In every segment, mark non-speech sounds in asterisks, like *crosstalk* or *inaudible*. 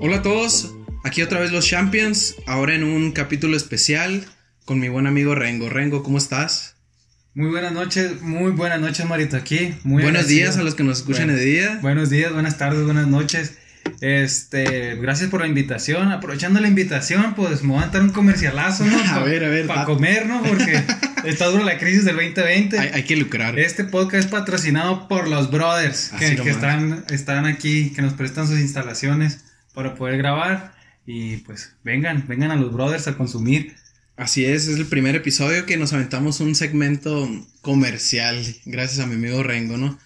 Hola a todos, aquí otra vez los Champions, ahora en un capítulo especial con mi buen amigo Rengo. Rengo, ¿cómo estás? Muy buenas noches, muy buenas noches, Marito, aquí. Muy Buenos agradecido. días a los que nos escuchan Bueno, de día. Buenos días, buenas tardes, buenas noches. Este, gracias por la invitación. Aprovechando la invitación, pues me voy a dar un comercialazo, ¿no? *laughs* A ver, a ver, Para va. comer, ¿no? *laughs* Porque está dura la crisis del 2020. Hay, hay que lucrar. Este podcast es patrocinado por los brothers Así que, nomás. que están, están aquí, que nos prestan sus instalaciones para poder grabar. Y pues vengan, vengan a los brothers a consumir. Así es, es el primer episodio que nos aventamos un segmento comercial, gracias a mi amigo Rengo, ¿no?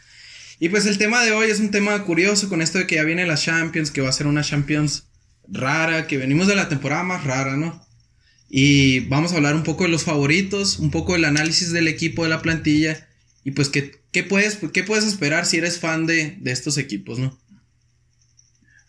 Y pues el tema de hoy es un tema curioso con esto de que ya viene la Champions, que va a ser una Champions rara, que venimos de la temporada más rara, ¿no? Y vamos a hablar un poco de los favoritos, un poco del análisis del equipo, de la plantilla, y pues qué, qué puedes, qué puedes esperar si eres fan de, de estos equipos, ¿no?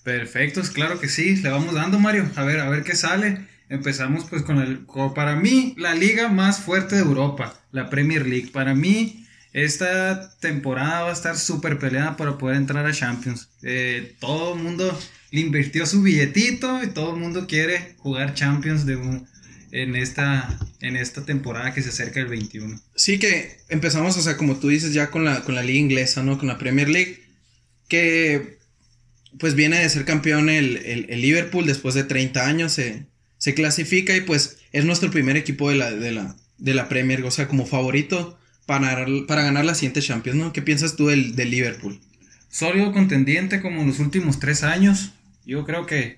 Perfectos, claro que sí, le vamos dando Mario, a ver, a ver qué sale. Empezamos pues con el, con- para mí, la liga más fuerte de Europa, la Premier League. Para mí, esta temporada va a estar súper peleada para poder entrar a Champions. Eh, todo el mundo le invirtió su billetito y todo el mundo quiere jugar Champions de un- en, esta, en esta temporada que se acerca el 21. Sí que empezamos, o sea, como tú dices, ya con la, con la liga inglesa, ¿no? Con la Premier League, que pues viene de ser campeón el, el- el Liverpool después de 30 años, se, se clasifica y pues es nuestro primer equipo de la, de la, de la Premier, o sea, como favorito para, para ganar la siguiente Champions, ¿no? ¿Qué piensas tú del, del Liverpool? sólido contendiente como en los últimos tres años. Yo creo que,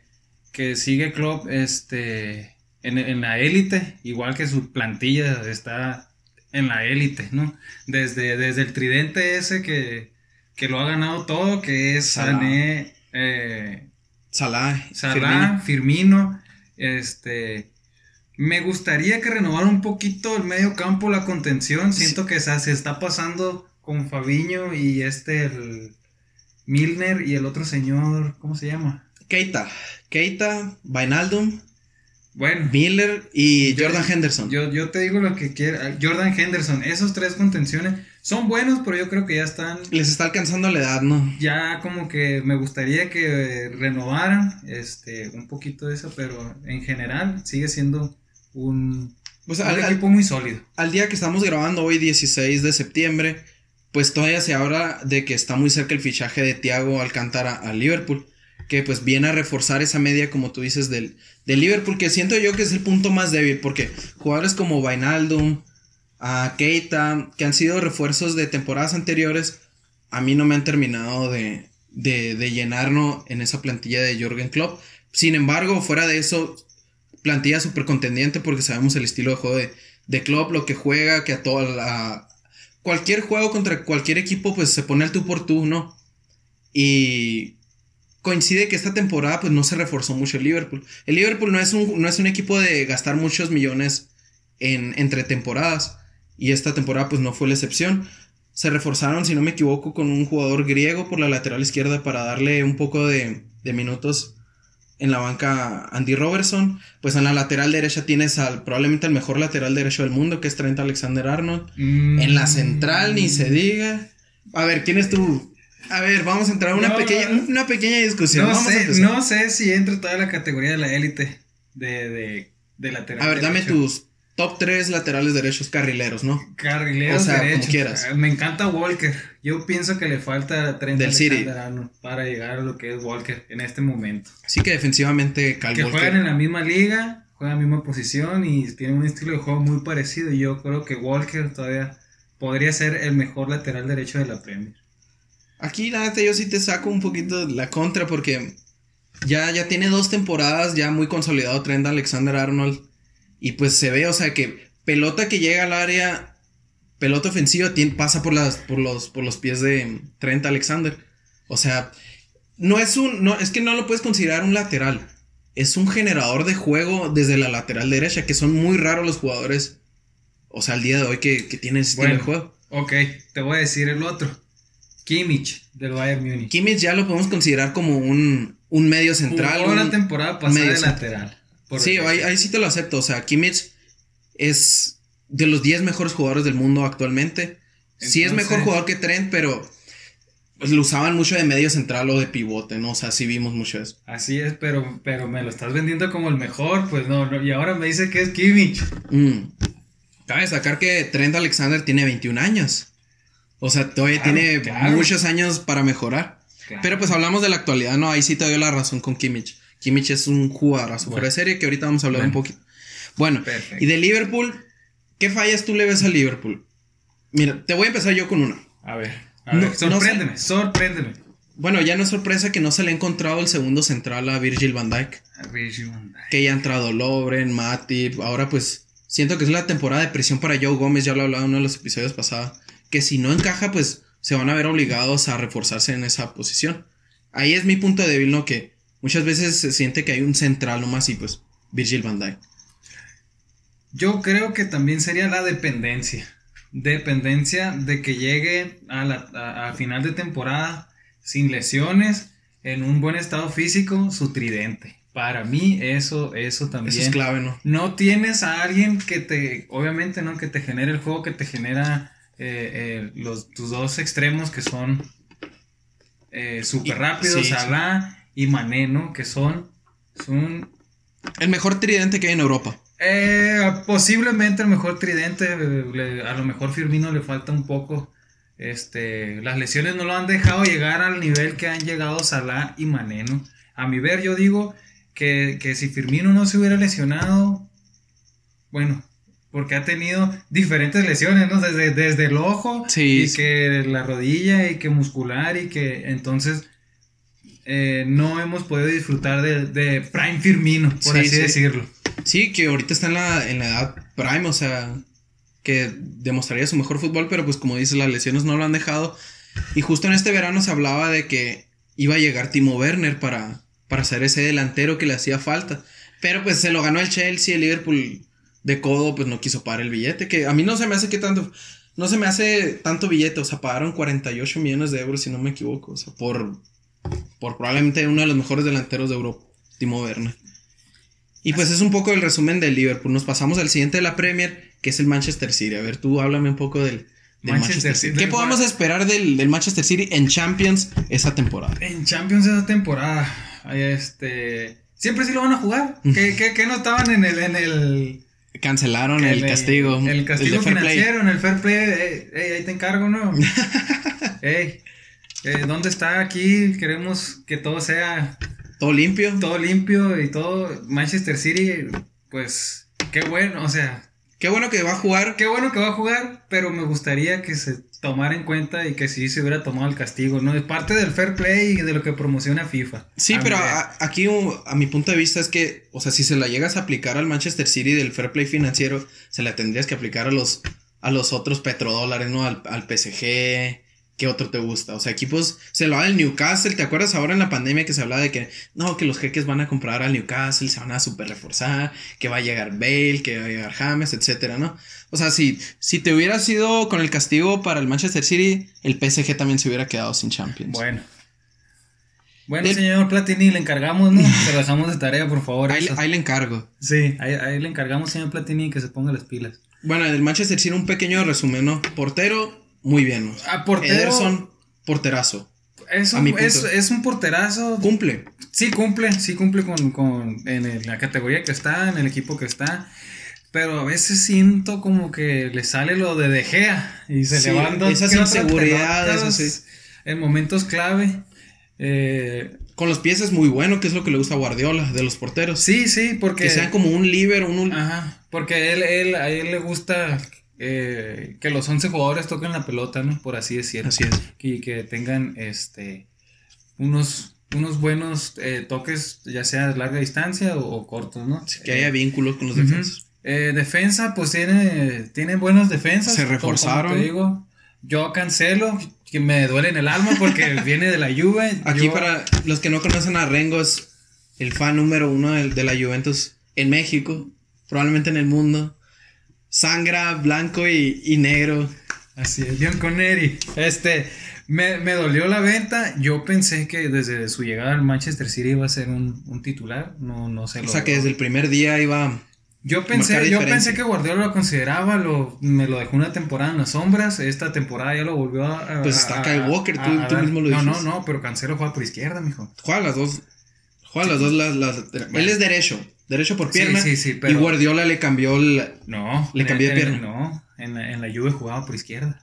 que sigue Klopp este, en, en la élite, igual que su plantilla está en la élite, ¿no? Desde, desde el tridente ese que, que lo ha ganado todo, que es Salah. Sané, eh, Salah, Salah, Firmino. Firmino. este me gustaría que renovara un poquito el medio campo, la contención. Siento que sa- se está pasando con Fabiño y este el Milner y el otro señor, ¿cómo se llama? Keita, Keita, Vainaldum, Bueno, Miller y Yo- Jordan Henderson. yo, yo te digo lo que quiera. Jordan Henderson, esos tres contenciones son buenos, pero yo creo que ya están Les está alcanzando la edad, ¿no? ya como que me gustaría que eh, renovaran este un poquito de eso, pero en general sigue siendo un O sea, un al- al- equipo muy sólido. al día que estamos grabando hoy, 16 de septiembre, pues todavía se habla de que está muy cerca el fichaje de Thiago Alcántara a Liverpool, que pues viene a reforzar esa media, como tú dices, del, del Liverpool, que siento yo que es el punto más débil, porque jugadores como Vainaldum, a Keita, que han sido refuerzos de temporadas anteriores, a mí no me han terminado de, de, de llenarnos en esa plantilla de Jürgen Klopp. Sin embargo, fuera de eso, plantilla súper contendiente porque sabemos el estilo de juego de, de Klopp, lo que juega, que a toda la... Cualquier juego contra cualquier equipo, pues se pone al tú por tú, ¿no? Y coincide que esta temporada, pues no se reforzó mucho el Liverpool. El Liverpool no es un, no es un equipo de gastar muchos millones en, entre temporadas. Y esta temporada, pues no fue la excepción. Se reforzaron, si no me equivoco, con un jugador griego por la lateral izquierda para darle un poco de, de minutos en la banca a Andy Robertson. Pues en la lateral derecha tienes al probablemente el mejor lateral derecho del mundo, que es Trent Alexander Arnold. Mm. En la central, ni se diga. A ver, ¿quién es tú? A ver, vamos a entrar a una, No, pequeña, no. una pequeña discusión. No Vamos a sé, empezar. no sé si entra toda la categoría de la élite de, de, de lateral. A ver, dame derecho. tus top 3 laterales derechos carrileros, ¿no? Carrileros o sea, como derechos. quieras. Ah, Me encanta Walker. Yo pienso que le falta a Trent Del Alexander-Arnold City. para llegar a lo que es Walker en este momento. Así que defensivamente Cal que Walker. juegan en la misma liga, juegan en la misma posición y tienen un estilo de juego muy parecido. Y yo creo que Walker todavía podría ser el mejor lateral derecho de la Premier. Aquí la neta yo sí te saco un poquito la contra porque ya, ya tiene dos temporadas ya muy consolidado Trent Alexander Arnold y pues se ve, o sea que pelota que llega al área, pelota ofensiva tien- pasa por, las, por, los, por los pies de Trent Alexander. O sea, no es un, no, es que no lo puedes considerar un lateral. Es un generador de juego desde la lateral derecha, que son muy raros los jugadores. O sea, al día de hoy que, que tienen ese estilo de Bueno. juego. Ok, te voy a decir el otro. Kimmich del Bayern Múnich. Kimmich ya lo podemos considerar como un, un medio central. Jugó un- la temporada pasada medio de centro. lateral. sí, ahí, ahí sí te lo acepto. O sea, Kimmich es de los 10 mejores jugadores del mundo actualmente. sí es mejor Entonces- jugador que Trent, pero pues, lo usaban mucho de medio central o de pivote, ¿no? O sea, sí vimos mucho eso. Así es, pero, pero me lo estás vendiendo como el mejor, pues no, no, y ahora me dice que es Kimmich. Mm. Cabe destacar que Trent Alexander tiene 21 años. O sea, todavía Claro, tiene claro. muchos años para mejorar. Claro. Pero pues hablamos de la actualidad, ¿no? Ahí sí te doy la razón con Kimmich. Kimmich es un jugadorazo fuera de serie que ahorita vamos a hablar un Bueno. poquito. Bueno, Perfecto. pues, y de Liverpool, ¿qué fallas tú le ves a Liverpool? Mira, te voy a empezar yo con una. A ver, a No, ver, no sorpréndeme, sorpréndeme. Bueno, ya no es sorpresa que no se le ha encontrado el segundo central a Virgil van Dijk. Richie Van Dijk. Que ya ha entrado Lobren, Matip. Ahora pues siento que es la temporada de presión para Joe Gómez. Ya lo hablaba en uno de los episodios pasados. Que si no encaja pues se van a ver obligados a reforzarse en esa posición. Ahí es mi punto débil, ¿no? Que muchas veces se siente que hay un central nomás y pues Virgil van Dijk. Yo creo que también sería la dependencia. Dependencia de que llegue a, la, a- a final de temporada sin lesiones, en un buen estado físico, su tridente. Para mí eso, eso también. Eso es clave, ¿no? No tienes a alguien que te, obviamente, ¿no? Que te genere el juego, que te genera eh, eh, los, tus dos extremos que son eh, súper Y- rápidos, sí, sí. Salah y Mané, ¿no? Que son, son El mejor tridente que hay en Europa. eh, posiblemente el mejor tridente, eh, le- a lo mejor Firmino le falta un poco. Este, las lesiones no lo han dejado llegar al nivel que han llegado Salah y Mané, ¿no? A mi ver, yo digo que, que si Firmino no se hubiera lesionado, bueno, porque ha tenido diferentes lesiones, ¿no? Desde, desde el ojo, Sí, y sí. que la rodilla, y que muscular, y que entonces eh, no hemos podido disfrutar de, de Prime Firmino, por Sí, así sí. decirlo. Sí, que ahorita está en la, en la edad prime, o sea, que demostraría su mejor fútbol, pero pues como dices, las lesiones no lo han dejado. Y justo en este verano se hablaba de que iba a llegar Timo Werner para, para ser ese delantero que le hacía falta. Pero pues se lo ganó el Chelsea, el Liverpool de codo, pues no quiso pagar el billete, que a mí no se me hace que tanto, no se me hace tanto billete, o sea, pagaron 48 millones de euros, si no me equivoco, o sea, por, por probablemente uno de los mejores delanteros de Europa, Timo Werner. Y pues es un poco el resumen del Liverpool. Nos pasamos al siguiente de la Premier, que es el Manchester City. A ver, tú háblame un poco del, del Manchester Manchester City. City. ¿Qué podemos esperar del, del Manchester City en Champions esa temporada? En Champions esa temporada, este, siempre sí lo van a jugar. ¿Qué, qué, qué no estaban en el, en el, Cancelaron el, en castigo. El castigo de fair play. financiero, en el fair play. Ey, ey, ahí te *laughs* encargo, ¿no? Ey, eh, ¿dónde está aquí? Queremos que todo sea Todo limpio. todo limpio y todo. Manchester City, pues, qué bueno, o sea, Qué bueno que va a jugar. Qué bueno que va a jugar, pero me gustaría que se tomara en cuenta y que sí se hubiera tomado el castigo, ¿no? Es parte del fair play y de lo que promociona FIFA. Sí, A mi pero ver. a- aquí u- a mi punto de vista es que, o sea, si se la llegas a aplicar al Manchester City del fair play financiero, se la tendrías que aplicar a los, a los otros petrodólares, ¿no? Al, al PSG. ¿Qué otro te gusta? O sea, equipos, se lo da el Newcastle, ¿te acuerdas ahora en la pandemia que se hablaba de que, no, que los jeques van a comprar al Newcastle, se van a super reforzar, que va a llegar Bale, que va a llegar James, etcétera, ¿no? O sea, si, si te hubiera sido con el castigo para el Manchester City, el PSG también se hubiera quedado sin Champions. Bueno. Bueno, Del- señor Platini, le *laughs* encargamos, ¿no? Se lo dejamos de tarea, por favor. ahí, eso. ahí le encargo. Sí, ahí, ahí le encargamos, señor Platini, que se ponga las pilas. Bueno, del Manchester City un pequeño resumen, ¿no? Portero, muy bien. ¿no? Ah, portero. Ederson, porterazo. es, a un, mi punto. es, es un porterazo. Cumple. Sí cumple, sí cumple con, con- en el- la categoría que está, en el equipo que está. Pero a veces siento como que le sale lo de De Gea y se Sí, le van dos esas que otras inseguridades, pelotas sí. en momentos clave. Eh, Con los pies es muy bueno, que es lo que le gusta a Guardiola, de los porteros. sí, sí, porque... Que sean como un líbero, un... ul- Ajá, porque él, él, a él le gusta eh, que los 11 jugadores toquen la pelota, ¿no? Por así decirlo. Así es. y que tengan este unos, unos buenos eh, toques, ya sea de larga distancia o, o cortos, ¿no? Así que haya Eh, vínculos con los ujú. defensas. eh, defensa, pues tiene, tiene buenas defensas. Se como- como reforzaron. te digo, yo cancelo, que me duele en el alma *laughs* porque viene de la Juve. Aquí yo- para los que no conocen a Rengo es el fan número uno del- de, la Juventus en México, probablemente en el mundo. Sangra, blanco y, y negro. Así es, John Connery. Este, me, me dolió la venta. Yo pensé que desde su llegada al Manchester City iba a ser un, un titular. No, no se O lo sea que desde el primer día iba Yo pensé, yo diferencia. pensé que Guardiola lo consideraba, lo, me lo dejó una temporada en las sombras, esta temporada ya lo volvió a... a- Pues está a- Kyle a- Walker, tú- a- a tú dar- mismo lo No, no, dices. no, pero Cancelo juega por izquierda, mijo. Juega las dos. Juega las dos. Las, las- Él es derecho. Derecho por Sí, pierna. sí, sí, pero- Y Guardiola le cambió el. No. Le en- cambié en- de pierna. No, en la, en la Juve jugaba por izquierda.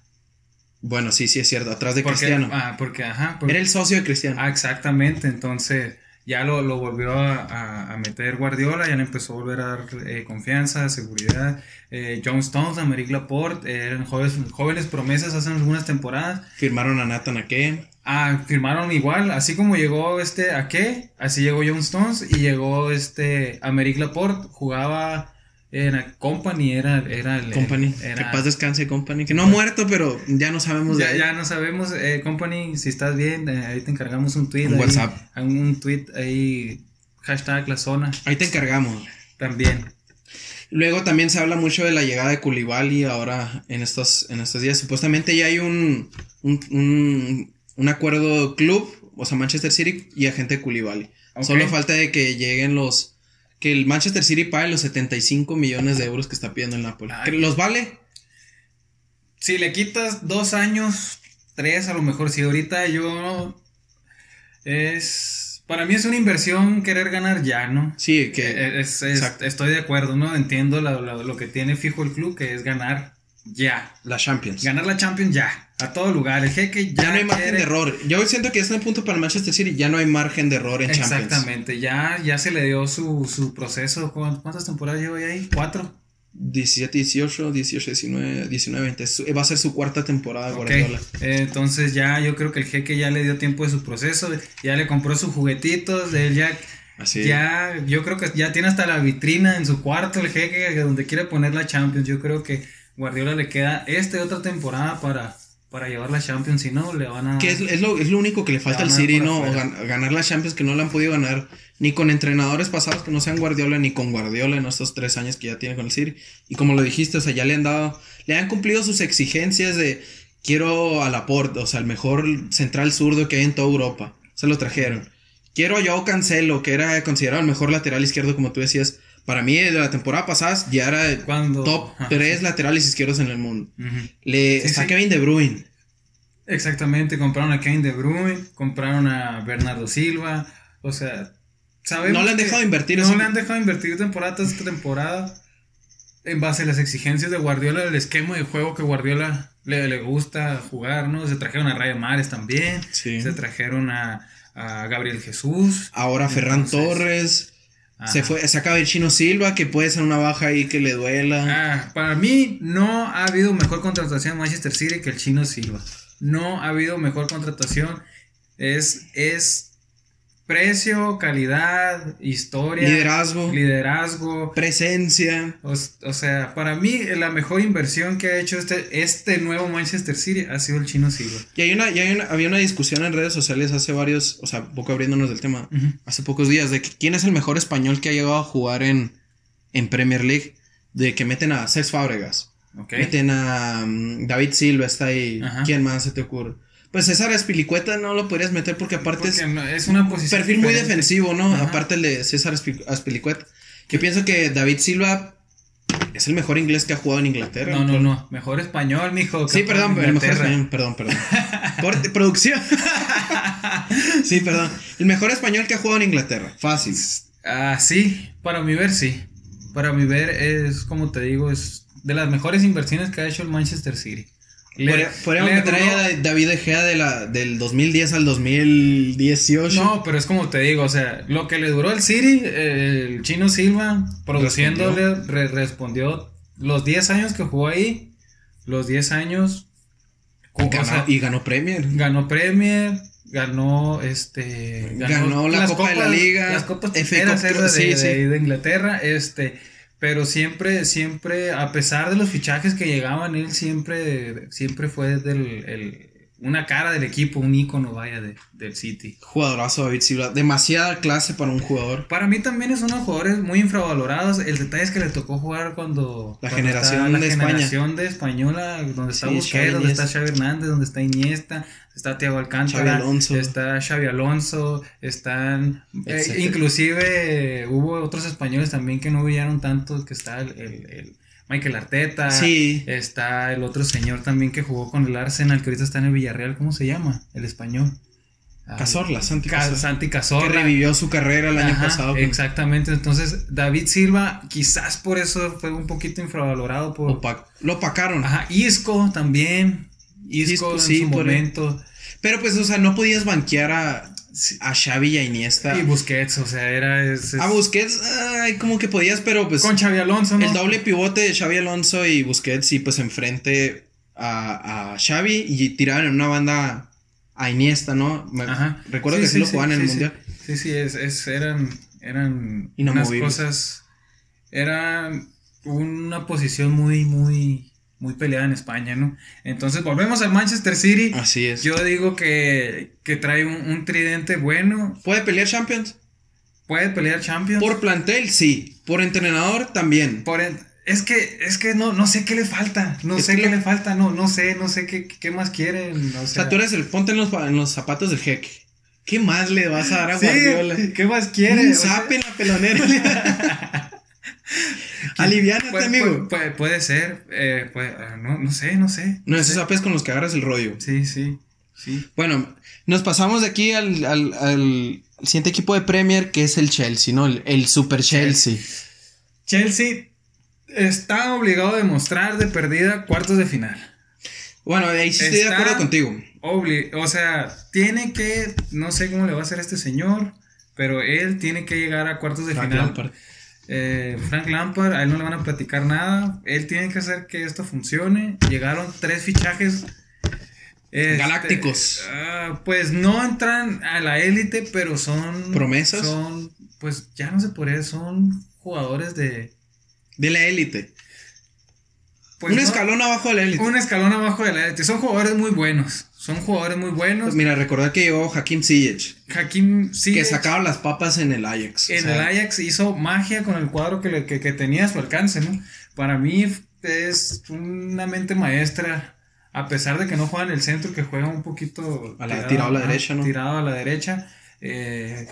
Bueno, sí, sí, es cierto. Atrás de Porque, Cristiano. Ah, porque, ajá. porque- Era el socio de Cristiano. Ah, exactamente, entonces ya lo, lo volvió a, a- a meter Guardiola, ya le empezó a volver a dar eh, confianza, seguridad. Eh, John Stones, Americ Laporte, eh, eran jóvenes, jóvenes promesas hace algunas temporadas. Firmaron a Nathan Ake. Ah, firmaron igual, así como llegó este a qué, así llegó John Stones y llegó este Americ Laporte, jugaba en la Company, era, era el... Company. era- Que paz descanse, Company. Que no ha muerto, pero ya no sabemos ya, de él. ya no sabemos, eh, Company, si estás bien, eh, ahí te encargamos un tweet. Un ahí, WhatsApp. Un tweet ahí, hashtag la zona. Ahí te encargamos. También. Luego también se habla mucho de la llegada de Koulibaly ahora en estos, en estos días. Supuestamente ya hay un, un, un- un acuerdo club, o sea, Manchester City y agente de Koulibaly. Ok. Solo falta de que lleguen los... Que el Manchester City pague los 75 millones de euros que está pidiendo el Napoli. Ay. ¿Que ¿Los vale? Si le quitas dos años, tres a lo mejor, si ahorita yo... Es... Para mí es una inversión querer ganar ya, ¿no? Sí, que... Eh, es- es- exacto. estoy de acuerdo, ¿no? Entiendo la- la- lo que tiene fijo el club, que es ganar ya. la Champions. Ganar la Champions ya. A todo lugar. El jeque ya, Ya no hay margen Ah, quiere- de error. Yo siento que es un punto para el Manchester City. Ya no hay margen de error en Champions. Exactamente, ya, ya se le dio su, su proceso. ¿Cuán- ¿Cuántas temporadas lleva ya ahí? ¿Cuatro? 17, 18, 18, 19, 19, 20. Es su- Va a ser su cuarta temporada de Ok, Ah, Guardiola. eh, entonces ya yo creo que el jeque ya le dio tiempo de su proceso, ya le compró sus juguetitos, él ya, Así ya, yo creo que ya tiene hasta la vitrina en su cuarto el jeque que donde quiere poner la Champions. Yo creo que Guardiola le queda esta y otra temporada para, para llevar la Champions, si no le van a... Que es, es lo, es lo único que le falta al Ganar City, por ¿no? O afuera. gan- ganar las Champions que no la han podido ganar ni con entrenadores pasados que no sean Guardiola ni con Guardiola en estos tres años que ya tiene con el City. Y como lo dijiste, o sea, ya le han dado, le han cumplido sus exigencias de quiero a Laporte, o sea, el mejor central zurdo que hay en toda Europa. Se lo trajeron. Quiero a Joao Cancelo, que era considerado el mejor lateral izquierdo, como tú decías. Para mí, de la temporada pasada, ya era cuando... top Ajá. 3 laterales izquierdos en el mundo. Ujú. Le Sí, está sí. Kevin De Bruyne. Exactamente, compraron a Kane de Bruyne, compraron a Bernardo Silva, o sea, sabemos No le han que dejado invertir. no eso- le han dejado invertir temporada tras temporada en base a las exigencias de Guardiola, el esquema de juego que Guardiola le, le gusta jugar, ¿no? Se trajeron a Rayo Mares también, Sí. se trajeron a, a Gabriel Jesús. Ahora Ferran Entonces, Torres. ajá. Se fue, se acaba el Chino Silva, que puede ser una baja ahí que le duela. Ah, para mí no ha habido mejor contratación en Manchester City que el chino Silva. No ha habido mejor contratación. Es, es precio, calidad, historia, Liderazgo, liderazgo. presencia. O, s- o sea, para mí la mejor inversión que ha hecho este, este nuevo Manchester City ha sido el chino Silva. Y hay una, y hay una- había una discusión en redes sociales hace varios, o sea, un poco abriéndonos del tema, hace pocos días, de que quién es el mejor español que ha llegado a jugar en, en Premier Legue, de que meten a Cesc Fábregas, Ok. meten a mm, David Silva, está ahí, Ajá. ¿quién más se te ocurre? Pues César Espilicueta no lo podrías meter porque aparte Porque es- no- es una Un posición. perfil muy diferente. defensivo, ¿no? Ajá. Aparte el de César Aspi- Aspilicueta. Yo pienso que David Silva es el mejor inglés que ha jugado en Inglaterra. No, no, no. Mejor español, mijo. Sí, perdón, el mejor Inglaterra. español, perdón, perdón. *laughs* Corte, producción. *laughs* sí, perdón. El mejor español que ha jugado en Inglaterra. Fácil. Ah, sí, para mi ver, sí. Para mi ver, es como te digo, es de las mejores inversiones que ha hecho el Manchester City. Le- Podría- Podríamos le meter ahí duró- a David Egea de la, del 2010 al 2018. No, pero es como te digo, o sea, lo que le duró el City, eh, el chino Silva, produciéndole, re- respondió los 10 años que jugó ahí, los 10 años, y, o ganó, sea, y ganó Premier. ganó Premier, ganó este... Ganó la las Copa de la Liga, Las copas FA tijeras Cup, esas de, sí, sí. de- de Inglaterra, este... Pero siempre, siempre, a pesar de los fichajes que llegaban, él siempre, siempre fue del el, una cara del equipo, un ícono, vaya, de, del City. Jugadorazo David Silva. Demasiada clase para un jugador. Para mí también es uno de los jugadores muy infravalorados. El detalle es que le tocó jugar cuando... La cuando generación está la de España. generación de Española, donde está Sí, Xavi Busquets, donde Iniesta. está Xavi Hernández, donde está Iniesta, está Thiago Alcántara, Xavi Alonso. está Xavi Alonso, están... eh, Etcétera. inclusive eh, hubo otros españoles también que no brillaron tanto, que está el, el- el Michael Arteta. Sí. eh, Está el otro señor también que jugó con el Arsenal, que ahorita está en el Villarreal. ¿Cómo se llama? El español. Ah, Cazorla, Santi Ca- Cazorla. Santi Que Cazorla. revivió su carrera el año Ajá, pasado. con- Exactamente. Entonces, David Silva, quizás por eso fue un poquito infravalorado. Por... opac- lo opacaron. Ajá, Isco también. Isco, Isco, en sí, su por- momento. Pero pues, o sea, no podías banquear a, Sí, a Xavi y a Iniesta. Y Busquets, o sea, era. es- pues, es- A Busquets, ay, como que podías, pero pues Con Xavi Alonso, ¿no? Ah, el doble pivote de Xavi Alonso y Busquets y pues enfrente a, a Xavi y tiraban en una banda a Iniesta, ¿no? Me- Ajá. Recuerdo Sí, que sí, sí, lo sí, jugaban en sí, el sí. Mundial. Sí, sí, es, es- eran, eran unas Inamovibles. cosas. Era una posición muy, muy, muy peleada en España, ¿no? Entonces volvemos al Manchester City. Así es. Yo digo que, que trae un, un tridente bueno. ¿Puede pelear Champions? Puede pelear Champions. Por plantel, sí. Por entrenador, también. Por en- es que, es que no, no sé qué le falta. No Es sé que qué lo- le falta. No, no sé, no sé qué, qué más quieren. O O sea, sea, tú eres el ponte en los, en los zapatos del jeque. ¿Qué más le vas a dar a Guardiola? sí, ¿qué más quieren? Un O sea, zap en la pelonera. *laughs* Aliviánate, Puede, amigo. puede- puede- puede ser, eh, puede- ah, no, no sé, no sé. No, esos zapes con los que agarras el rollo. Sí, sí, sí. Bueno, nos pasamos de aquí al, al- al siguiente equipo de Premier, que es el Chelsea, ¿no? El, el Super Chelsea. Chelsea está obligado a demostrar de perdida cuartos de final. Bueno, ahí sí estoy de Está- acuerdo contigo. Obli- o sea, tiene que, no sé cómo le va a hacer este señor, pero él tiene que llegar a cuartos de Frank final. Lampard. Eh, Frank Lampard, a él no le van a platicar nada. Él tiene que hacer que esto funcione. Llegaron tres fichajes. este, Galácticos. ah, pues no entran a la élite, pero son. ¿Promesas? Son. Pues ya no se podría, son jugadores de. De la élite. pues, un no- escalón abajo de la élite. Un escalón abajo de la élite. Son jugadores muy buenos. Son jugadores muy buenos. Pues Mira, recordar que llegó Hakim Ziyech, Hakim sí. que sacaba las papas en el Ajax. o En sea, el Ajax hizo magia con el cuadro que, le- que, que tenía a su alcance, ¿no? Para mí f- es una mente maestra, a pesar de que no juega en el centro, que juega un poquito... A la- tirado a la ah, derecha, ¿no? Tirado a la derecha. eh,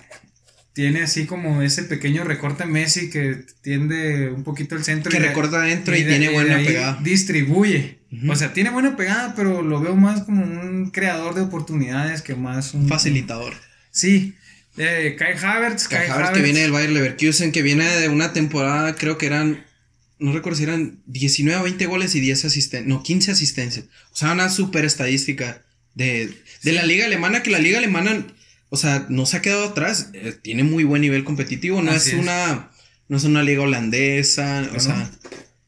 tiene así como ese pequeño recorte Messi que tiende un poquito el centro. Que y de- recorta adentro y, de- tiene de buena ahí pegada. Distribuye. Ujú. O sea, tiene buena pegada, pero lo veo más como un creador de oportunidades que más un... Facilitador. Sí. Eh, Kai Havertz, Kai Havertz, que viene del Bayer Leverkusen, que viene de una temporada, creo que eran, no recuerdo si eran 19 o 20 goles y 10 asistencias, no, 15 asistencias. O sea, una super estadística de, de la liga alemana, que la liga alemana, o sea, no se ha quedado atrás, eh, tiene muy buen nivel competitivo, no es, Así es. una, no es una liga holandesa, o Claro. sea,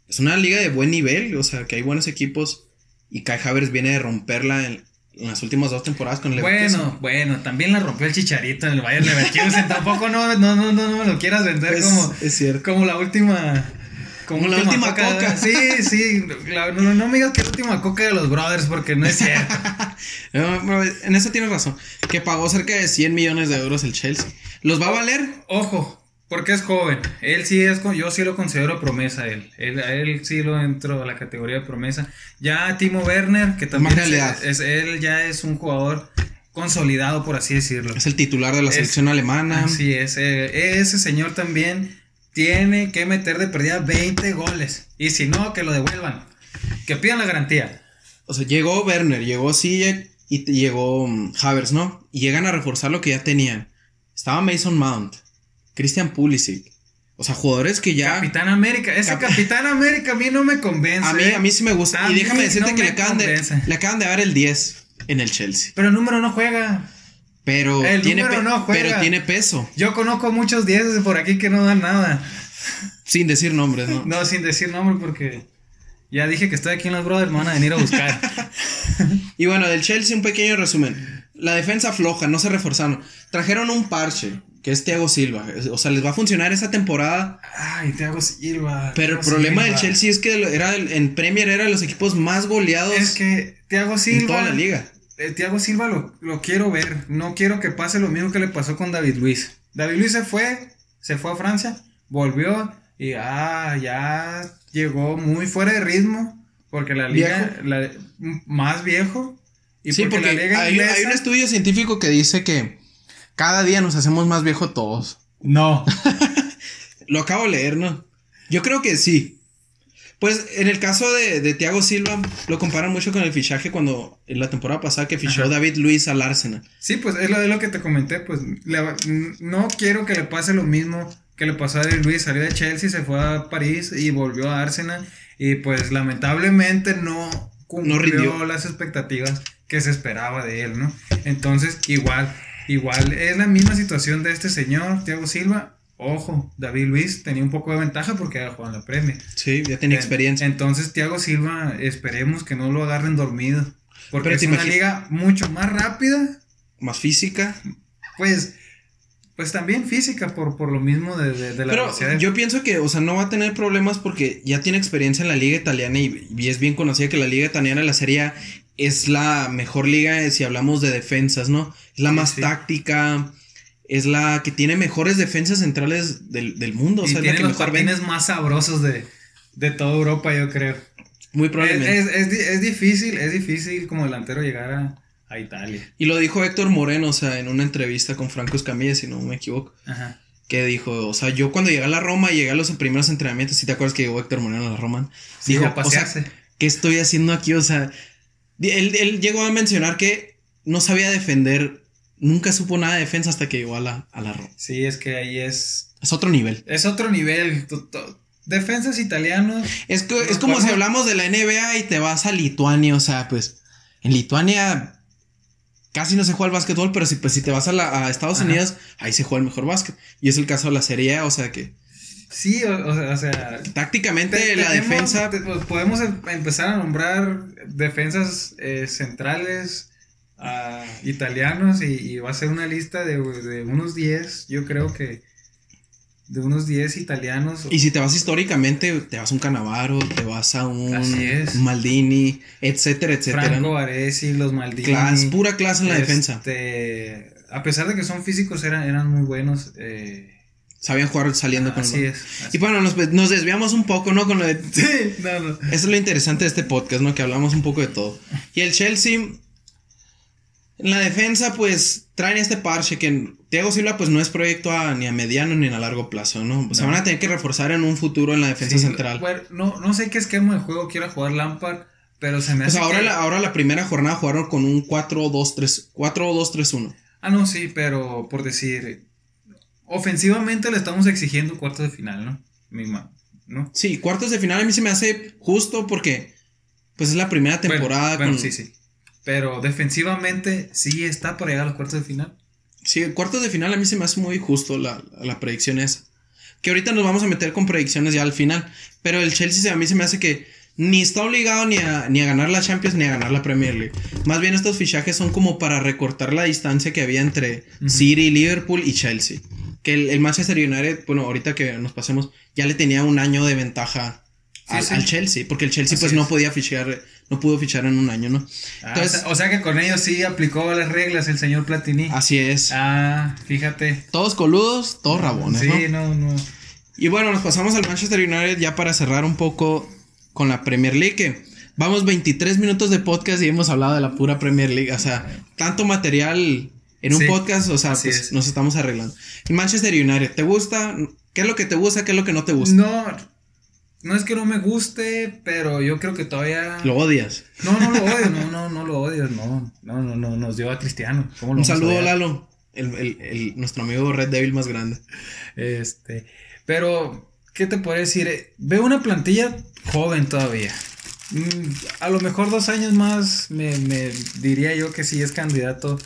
es una liga de buen nivel, o sea, que hay buenos equipos y Kai Havertz viene de romperla en, en las últimas dos temporadas con el Leverkusen. Bueno, bueno, también la rompió el chicharito en el Bayern Leverkusen. Tampoco no, no, no, no, no me lo quieras vender Es- como, es cierto. como la última. Como la última coca. Sí, sí. la- no, no me digas que es la última coca de los brothers, porque no es *laughs* cierto. No, Eh, pero en eso tienes razón. Que pagó cerca de 100 millones de euros el Chelsea. ¿Los va a valer? Ojo, porque es joven. Él sí es, con- yo sí lo considero promesa. Él, él, a él sí lo entro a la categoría de promesa. Ya Timo Werner, que Más también realidad. es- es- él ya es un jugador consolidado, por así decirlo. Es el titular de la Es- selección alemana. Así es, eh, ese señor también tiene que meter de perdida 20 goles. Y si no, que lo devuelvan. Que pidan la garantía. O sea, llegó Werner, llegó Ziyech y te- llegó mm, Havertz, ¿no? Y llegan a reforzar lo que ya tenían. Estaba Mason Mount, Christian Pulisic. O sea, jugadores que ya... Capitán América, ese Cap- Capitán América a mí no me convence. a, mí, eh. a mí sí me gusta. A y mí déjame decirte no que me le acaban, de, convence. le acaban de dar el 10 en el Chelsea. eh. Pero el número no juega. Pero, El tiene, número pe- no juega. pero tiene peso, Yo conozco muchos 10 por aquí que no dan nada. sin decir nombres, ¿no? No, sin decir nombre porque ya dije que estoy aquí en los brothers, me van a venir *laughs* a buscar. Y bueno, del Chelsea un pequeño resumen. La defensa floja, no se reforzaron. Trajeron un parche, que es Thiago Silva. O sea, les va a funcionar esa temporada. Ay, Thiago Silva. Pero el Thiago problema del Silva. Chelsea es que lo- era el- en Premier era de los equipos más goleados es que Thiago Silva en toda la liga. eh, Thiago Silva lo, lo quiero ver. No quiero que pase lo mismo que le pasó con David Luis. David Luis se fue, se fue a Francia, volvió y ah, ya llegó muy fuera de ritmo. Porque la liga, Viejo. la- m- más viejo. Y sí, porque, la liga hay, inglesa- hay un estudio científico que dice que cada día nos hacemos más viejos todos. No, Lo acabo de leer, ¿no? Yo creo que sí. Pues en el caso de, de Thiago Silva, lo comparan mucho con el fichaje cuando en la temporada pasada que fichó Ajá. David Luis al Arsenal. Sí, pues es lo de lo que te comenté, pues le va- n- no quiero que le pase lo mismo que le pasó a David Luis, salió de Chelsea, se fue a París y volvió a Arsenal y pues lamentablemente no cumplió rindió. las expectativas que se esperaba de él, ¿no? Entonces, igual, igual es la misma situación de este señor, Thiago Silva. Ojo, David Luis tenía un poco de ventaja porque había jugado en la Premier. Sí, ya tenía En- experiencia. Entonces, Thiago Silva, esperemos que no lo agarren dormido. Porque Pero es te una imagi- liga mucho más rápida Más física. pues, pues también física, por, por lo mismo de, de, de la Pero velocidad. yo pienso que, o sea, no va a tener problemas porque ya tiene experiencia en la liga italiana y, y es bien conocida que la liga italiana, la Serie A, es la mejor liga eh, si hablamos de defensas, ¿no? Es la Sí, más sí. táctica, es la que tiene mejores defensas centrales del, del mundo, o y sea, es la tiene que los mejor ven. patines más sabrosos de, de toda Europa, yo creo. Muy Es, probablemente. es- es di- es difícil, es difícil como delantero llegar a, a Italia. Y lo dijo Héctor Moreno, o sea, en una entrevista con Franco Escamilla, si no me equivoco, Ajá. que dijo, o sea, yo cuando llegué a la Roma, llegué a los primeros entrenamientos, si te acuerdas que llegó Héctor Moreno a la Roma, Sí, Dijo, a pasearse. ¿qué estoy haciendo aquí? O sea, di- él, él llegó a mencionar que no sabía defender, nunca supo nada de defensa hasta que llegó a la, a la Roma. sí, es que ahí es. Es otro nivel. Es otro nivel. to- to- defensas italianos. Es, que, Nos es como si podemos- hablamos de la NBA y te vas a Lituania, o sea, pues en Lituania casi no se juega el básquetbol, pero si, pues, si te vas a, la- a Estados Ajá. Unidos, ahí se juega el mejor básquet. Y es el caso de la Serie A, o sea que Sí, o, o sea- o sea. tácticamente te- la tenemos- defensa... te- pues, podemos em- empezar a nombrar defensas eh, centrales ah, italianos y, y va a ser una lista de, de unos 10, yo creo que de unos 10 italianos. Y si te vas históricamente, te vas a un Canavaro, te vas a un Así es. Maldini, etcétera, etcétera. ¿no? Franco Varese, los Maldini. Clas, pura clase en la este, defensa. A pesar de que son físicos, eran, eran muy buenos. eh, Sabían jugar saliendo con el así balón. es. Y bueno, nos, nos desviamos un poco, ¿no? Con lo de- *laughs* *laughs* eso así- no, no. es lo interesante de este podcast, ¿no? Que hablamos un poco de todo. Y el Chelsea, en la defensa, pues traen este parche que Thiago Silva, pues no es proyecto a- ni a mediano ni a largo plazo, ¿no? O sea, No. van a tener que reforzar en un futuro en la defensa Sí, central. bueno, no, no sé qué esquema de juego quiera jugar Lampard, pero se me Pues hace. ahora que- la, ahora la primera jornada jugaron con un 4-2-3, 4-2-3-1. Ah, no, sí, pero por decir, ofensivamente le estamos exigiendo cuartos de final, ¿no? Misma, ¿no? Sí, cuartos de final a mí se me hace justo porque, pues es la primera Bueno, temporada Bueno, con, sí, sí. Pero defensivamente sí está para llegar a los cuartos de final. Sí, cuartos de final a mí se me hace muy justo la, la predicción esa. Que ahorita nos vamos a meter con predicciones ya al final. Pero el Chelsea se- a mí se me hace que ni está obligado ni a, ni a ganar la Champions ni a ganar la Premier League. Más bien estos fichajes son como para recortar la distancia que había entre Ujú. City, Liverpool y Chelsea. Que el, el Manchester United, bueno, ahorita que nos pasemos, ya le tenía un año de ventaja Sí, al, sí. al Chelsea. Porque el Chelsea Así pues no es. podía fichar, no pudo fichar en un año, ¿no? Ah, Entonces- o, sea, o sea que con ellos sí aplicó las reglas el señor Platini. Así es. Ah, fíjate. Todos coludos, todos rabones, ¿no? Sí, no, no. Y bueno, nos pasamos al Manchester United ya para cerrar un poco con la Premier League. que Vamos 23 minutos de podcast y hemos hablado de la pura Premier League. O sea, tanto material en un Sí, podcast, o sea, así pues es. nos estamos arreglando. El Manchester United, ¿te gusta? ¿Qué es lo que te gusta? ¿Qué es lo que no te gusta? No, no es que no me guste, pero yo creo que todavía. Lo odias. No, no lo odio, no, no, no lo odio, no. No, no, no, nos dio a Cristiano. ¿Cómo lo Un vamos a saludo, odiar? Lalo. el- el- el- nuestro amigo Red Devil más grande. Este, pero, ¿qué te puedo decir? Eh, Veo una plantilla joven todavía. Mm, A lo mejor dos años más me, me diría yo que sí es candidato.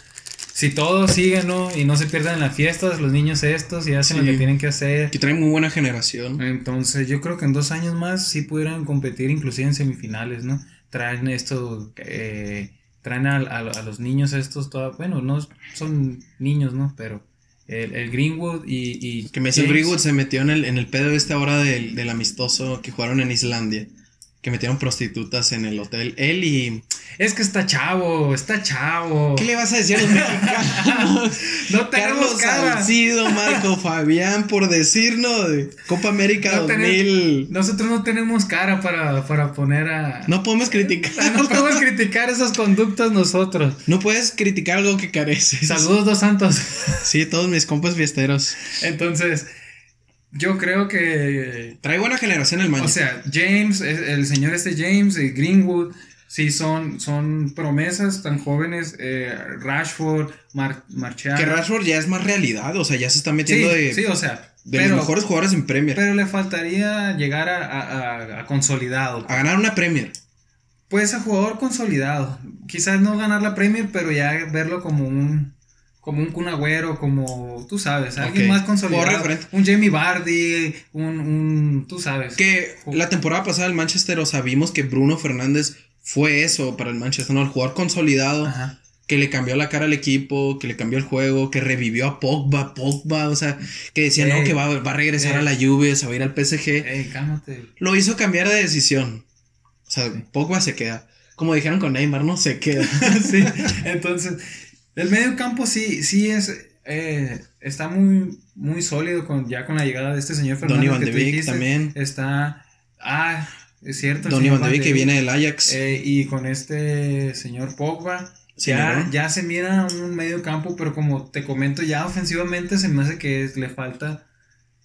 Si todos siguen, ¿no? Y no se pierdan las fiestas, los niños estos y hacen lo Sí. que tienen que hacer. Que trae muy buena generación. Entonces, yo creo que en dos años más sí pudieran competir, inclusive en semifinales, ¿no? Traen esto, eh, traen a, a- a los niños estos, toda, bueno, no son niños, ¿no? Pero el, el Greenwood y. y Que Mason James- Greenwood se metió en el, en el pedo este ahora del, del amistoso que jugaron en Islandia. Que metieron prostitutas en el hotel. Él y es que está chavo, está chavo. ¿Qué le vas a decir a los *laughs* mexicanos? No tenemos Carlos cara. Salcido, Marco Fabián, por decirnos. de Copa América No tenemos- 2000. Nosotros no tenemos cara para, para poner a... *laughs* Ah, No podemos criticar. No podemos criticar esas conductas nosotros. No puedes criticar algo que careces. Saludos, dos santos. *laughs* Sí, todos mis compas fiesteros. Entonces, yo creo que. Trae buena generación el maño. O sea, James, es- el señor este James y Greenwood, sí son, son promesas tan jóvenes. eh, Rashford, Mar Marchand. que Rashford ya es más realidad. O sea, ya se está sí, metiendo de, sí, o sea. de pero, los mejores jugadores en Premier. pero le faltaría llegar a, a- a- a consolidado. a ganar una Premier. Pues a jugador consolidado. Quizás no ganar la Premier, pero ya verlo como un. Como un Kun Agüero, como tú sabes, alguien Ok. más consolidado. Como referente. Un Jamie Vardy, un, un. Tú sabes. Que la temporada pasada el Manchester, o sea, vimos que Bruno Fernández fue eso para el Manchester, ¿no? El jugador consolidado, Ajá. que le cambió la cara al equipo, que le cambió el juego, que revivió a Pogba, Pogba, o sea, que decía, no, Ey. que va, va a regresar Ey. a la Juve, se va a ir al PSG. Ey, cálmate. *laughs* Lo hizo cambiar de decisión. O sea, Pogba se queda. Como dijeron con Neymar, no se queda. sí, entonces, el medio campo sí, sí es, eh, está muy, muy sólido con, ya con la llegada de este señor Donny Fernández Van que de tú Beek dijiste. eh, también. Está, ah, es cierto. el Donny señor Van de Beek que viene del Ajax. eh, y con este señor Pogba, Sí, ya, ¿verdad? ya se mira un medio campo, pero como te comento, ya ofensivamente se me hace que es- le falta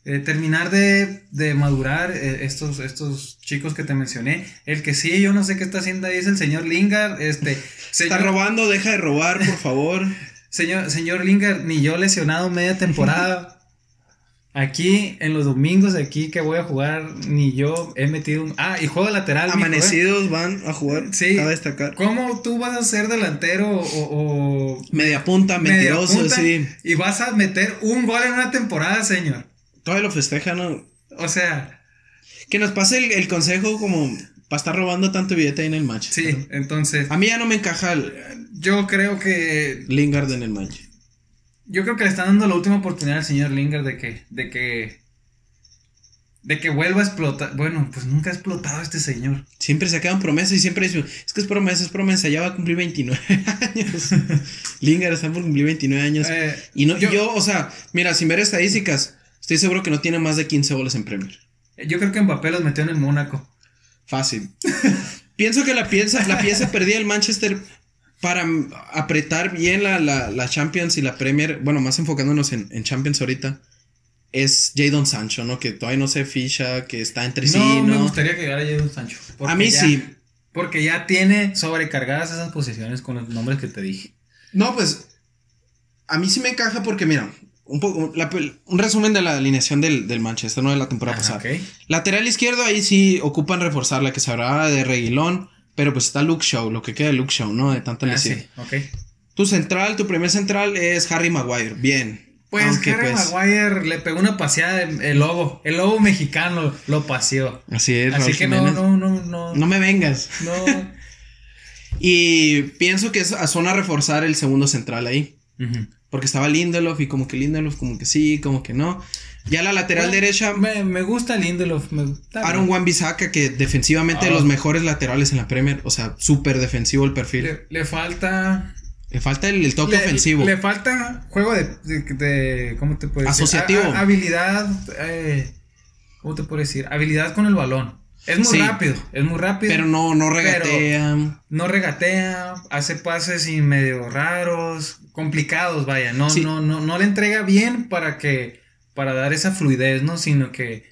eh, terminar de, de madurar eh, estos, estos chicos que te mencioné. El que sí, yo no sé qué está haciendo ahí es el señor Lingard. Este, *laughs* Está señor- robando, deja de robar, por *laughs* favor. Señor, señor Lingard, ni yo lesionado *laughs* media temporada. Aquí, en los domingos, aquí que voy a jugar, ni yo he metido un. Ah, y juego lateral. mijo, ¿eh? Amanecidos van a jugar. Sí. A destacar. ¿Cómo tú vas a ser delantero o, o- Media punta, Media mentiroso, punta. sí. y vas a meter un gol en una temporada, señor? Todavía lo festejan, ¿no? O sea, Que nos pase el, el consejo como para estar robando tanto billete ahí en el match. sí, entonces, A mí ya no me encaja el- yo creo que. Lingard en el match. Yo creo que le están dando la última oportunidad al señor Lingard de que. de que. de que vuelva a explotar. Bueno, pues nunca ha explotado este señor. Siempre se quedan promesas y siempre dicen, es que es promesa, es promesa, ya va a cumplir 29 *laughs* *laughs* años. Lingard está por cumplir 29 años. Eh, y no, yo- yo, o sea, mira, sin ver estadísticas, estoy seguro que no tiene más de 15 goles en Premier. Yo creo que Mbappé los metió en el Mónaco. Fácil. *laughs* Pienso que la pieza, la *laughs* pieza perdida el Manchester para mm, apretar bien la, la- la Champions y la Premier, bueno, más enfocándonos en, en Champions ahorita, es Jadon Sancho, ¿no? Que todavía no se ficha, que está entre sí, no, me ¿no? gustaría que llegara Jadon Sancho. porque A mí ya- sí. Porque ya tiene sobrecargadas esas posiciones con los nombres que te dije. No, pues a mí sí me encaja porque, mira, un, poco, la- un resumen de la alineación del, del Manchester, ¿no? De la temporada Ajá, pasada. Ah, ok. Lateral izquierdo, ahí sí ocupan reforzar la que se hablaba de Reguilón, pero pues está Luke Shaw, lo que queda de Luke Shaw, ¿no? De tanta Ah, lesión. sí, ok. Tu central, tu primer central es Harry Maguire. Bien. Pues Aunque, Harry pues, Maguire le pegó una paseada el, el lobo. El lobo mexicano lo paseó. Así es, Así Raúl que no, Jiménez. no, no, no. No me vengas. no. *laughs* Y pienso que es a zona reforzar el segundo central ahí. Ujú. Porque estaba Lindelof y como que Lindelof, como que sí, como que no. Ya la lateral Bueno, derecha, Ah, Me, me gusta Lindelof. Me, está bien. Aaron Wan-Bissaka, que defensivamente de Ah. los mejores laterales en la Premier. O sea, súper defensivo el perfil. Le, le, le falta. falta el, el toque le, ofensivo. Le falta juego de, de- de- ¿cómo te puedo decir? Asociativo. Ha- ha- habilidad, eh, ¿cómo te puedo decir? Habilidad con el balón. Es muy Sí. rápido, es muy rápido. pero no, no regatea. No regatea, hace pases y medio raros, complicados, vaya. No, Sí. no, no, no le entrega bien para que, para dar esa fluidez, ¿no? Sino que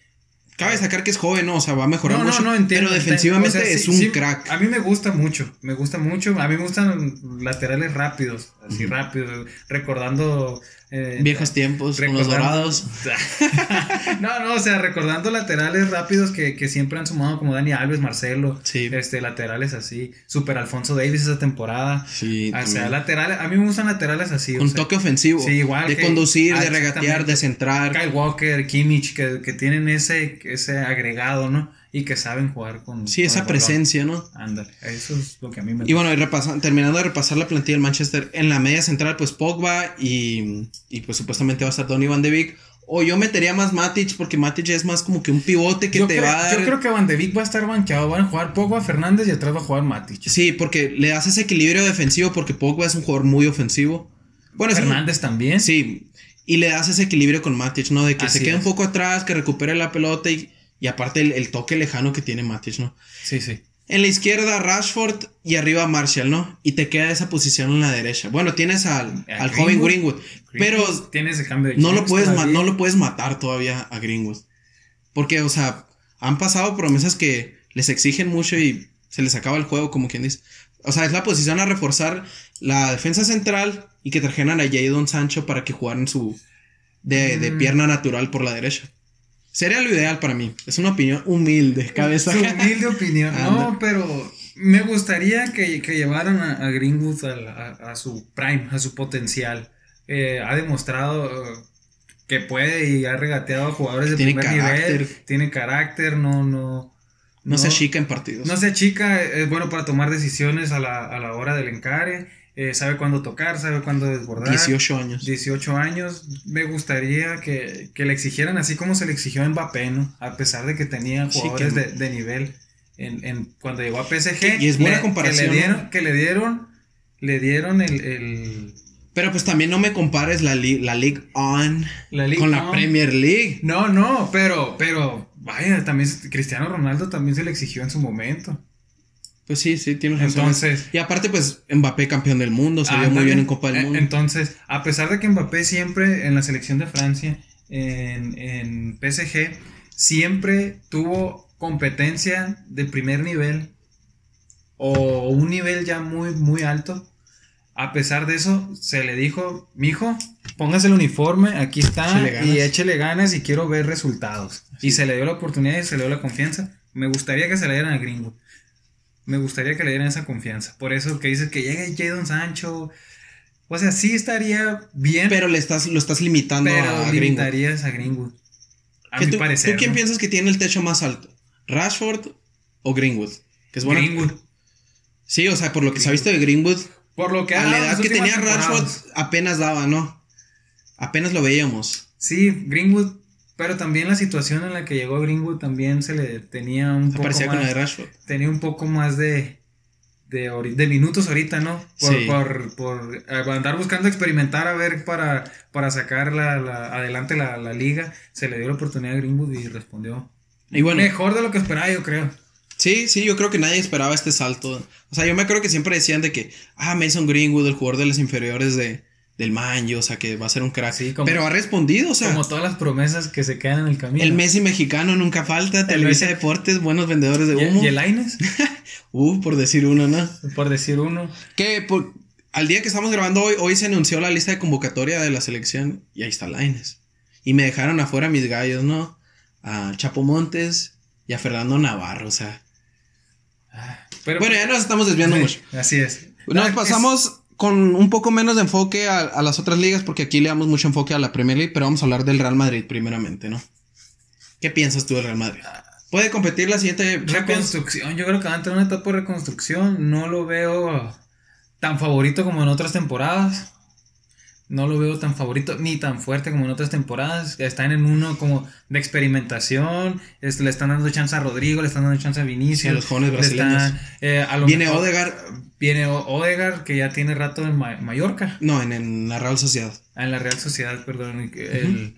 Cabe destacar que es joven, ¿no? O sea, va a mejorar mucho. entiendo, pero entiendo. defensivamente O sea, es sí, un sí, crack. A mí me gusta mucho, me gusta mucho. A mí me gustan laterales rápidos, así Ujú. rápidos, recordando... eh, Viejos tiempos, con los recordando- dorados. *laughs* no, no, o sea, recordando laterales rápidos que, que siempre han sumado como Dani Alves, Marcelo, Sí. este, laterales así, super Alfonso Davis esa temporada. Sí, o sea, también. laterales, a mí me gustan laterales así. o con sea, toque ofensivo. Sí, igual De que- conducir, Ah, de regatear, exactamente. de centrar. Kyle Walker, Kimmich, que, que tienen ese, ese agregado, ¿no? Y que saben jugar con... Sí, con esa el balón. presencia, ¿no? Ándale, eso es lo que a mí me Y bueno, y repasa- terminando de repasar la plantilla del Manchester, en la media central, pues Pogba y, y, pues supuestamente va a estar Donny Van de Beek O yo metería más Matic porque Matic es más como que un pivote que yo, te creo, va a dar. yo creo que Van de Beek va a estar banqueado. Van a jugar Pogba, Fernández y atrás va a jugar Matic. Sí, porque le das ese equilibrio defensivo porque Pogba es un jugador muy ofensivo. Bueno, es un- Fernández también. sí. Y le das ese equilibrio con Matic, ¿no? De que Así se quede es. un poco atrás, que recupere la pelota y, y aparte el, el toque lejano que tiene Matic, ¿no? sí, sí. En la izquierda Rashford y arriba Marshall, ¿no? Y te queda esa posición en la derecha. Bueno, tienes al, A al joven Greenwood. Greenwood, pero tienes el cambio de no lo, chips puedes ma- todavía. no lo puedes matar todavía a Greenwood. Porque, o sea, han pasado promesas que les exigen mucho y se les acaba el juego, como quien dice. O sea, es la posición a reforzar la defensa central y que trajeran a Jadon Sancho para que jugaran su... De, de Mm. pierna natural por la derecha. Sería lo ideal para mí. Es una opinión humilde, *laughs* cabeza. Su humilde opinión. No, Anda. pero me gustaría que, que llevaran a, a Greenwood a, la- a- a su prime, a su potencial. Eh, ha demostrado eh, que puede y ha regateado a jugadores de Tiene primer nivel. carácter. Tiene carácter, no, no. No, se chica en partidos. No se chica, es bueno para tomar decisiones a la, a la hora del encare. eh, sabe cuándo tocar, sabe cuándo desbordar. 18 años. 18 años, me gustaría que, que le exigieran así como se le exigió a Mbappé, ¿no? A pesar de que tenía Sí, jugadores que- de, de nivel en, en- cuando llegó a Que- PSG. y es buena le- comparación, ¿no? Que le dieron, que le dieron, le dieron el, el- Pero pues también no me compares la, li- la League On la liga. con la ¿no? Premier League. No, no, pero, pero, vaya, también Cristiano Ronaldo también se le exigió en su momento. Pues sí, sí, tienes razón. Entonces, Y aparte, pues Mbappé campeón del mundo, se vio ándale. muy bien en Copa del Eh, Mundo. Entonces, a pesar de que Mbappé siempre en la selección de Francia, en, en PSG, siempre tuvo competencia de primer nivel o un nivel ya muy, muy alto. A pesar de eso, se le dijo, mijo, póngase el uniforme, aquí está, Échele ganas". y échele ganas y quiero ver resultados. Y se le dio la oportunidad y se le dio la confianza. Me gustaría que se le dieran a Gringo. Me gustaría que le dieran esa confianza. Por eso que dices que llegue Jadon Sancho. O sea, sí estaría bien, pero, pero le estás, lo estás limitando a Greenwood. limitarías a Greenwood. A ¿Qué mi tú, parecer. ¿Tú quién ¿no? piensas que tiene el techo más alto? ¿Rashford o Greenwood? Que es bueno. Greenwood. Sí, o sea, por lo que se ha visto Greenwood. de Greenwood, Por lo que ha a la dado edad Ah, las que últimas tenía Rashford temporadas. apenas daba, ¿no? Apenas lo veíamos. Sí, Greenwood. Pero también la situación en la que llegó Greenwood también se le tenía un poco Aparecía con más- la de Rashford. tenía un poco más de, de, ori- de minutos ahorita, ¿no? Por, Sí. por, por, eh, andar buscando experimentar a ver para, para sacar la, la- adelante la, la liga. Se le dio la oportunidad a Greenwood y respondió. Y bueno, Mejor de lo que esperaba, yo creo. Sí, sí, yo creo que nadie esperaba este salto. O sea, yo me acuerdo que siempre decían de que, ah, Mason Greenwood, el jugador de las inferiores de, del Man, o sea, que va a ser un crack. Sí, como- Pero ha respondido, o sea, Como todas las promesas que se quedan en el camino. el Messi mexicano nunca falta, Televisa Deportes, buenos vendedores de Y- humo. Y el Aines, Uh, por decir uno, ¿no? por decir uno. Que por- al día que estamos grabando hoy, hoy se anunció la lista de convocatoria de la selección y ahí está Laines. Y me dejaron afuera mis gallos, ¿no? A Chapo Montes y a Fernando Navarro, o sea. Pero, pues, Bueno, ya nos estamos desviando Sí, mucho. Así es. Nos Ah, es- pasamos con un poco menos de enfoque a, a las otras ligas, porque aquí le damos mucho enfoque a la Premier League, pero vamos a hablar del Real Madrid primeramente, ¿no? ¿Qué piensas tú del Real Madrid? ¿Puede competir la siguiente Champions? Reconstrucción, yo creo que va a entrar en una etapa de reconstrucción. No lo veo tan favorito como en otras temporadas. No lo veo tan favorito ni tan fuerte como en otras temporadas. Están en uno como de experimentación. es- le están dando chance a Rodrigo, le están dando chance a Sí, a los Vinicius. jóvenes le están- brasileños. eh, a lo Viene mejor- Odegaard, Viene O- Odegaard, que ya tiene rato en Ma- Mallorca. no, en, en la Real Sociedad. Ah, En la Real Sociedad, perdón. el-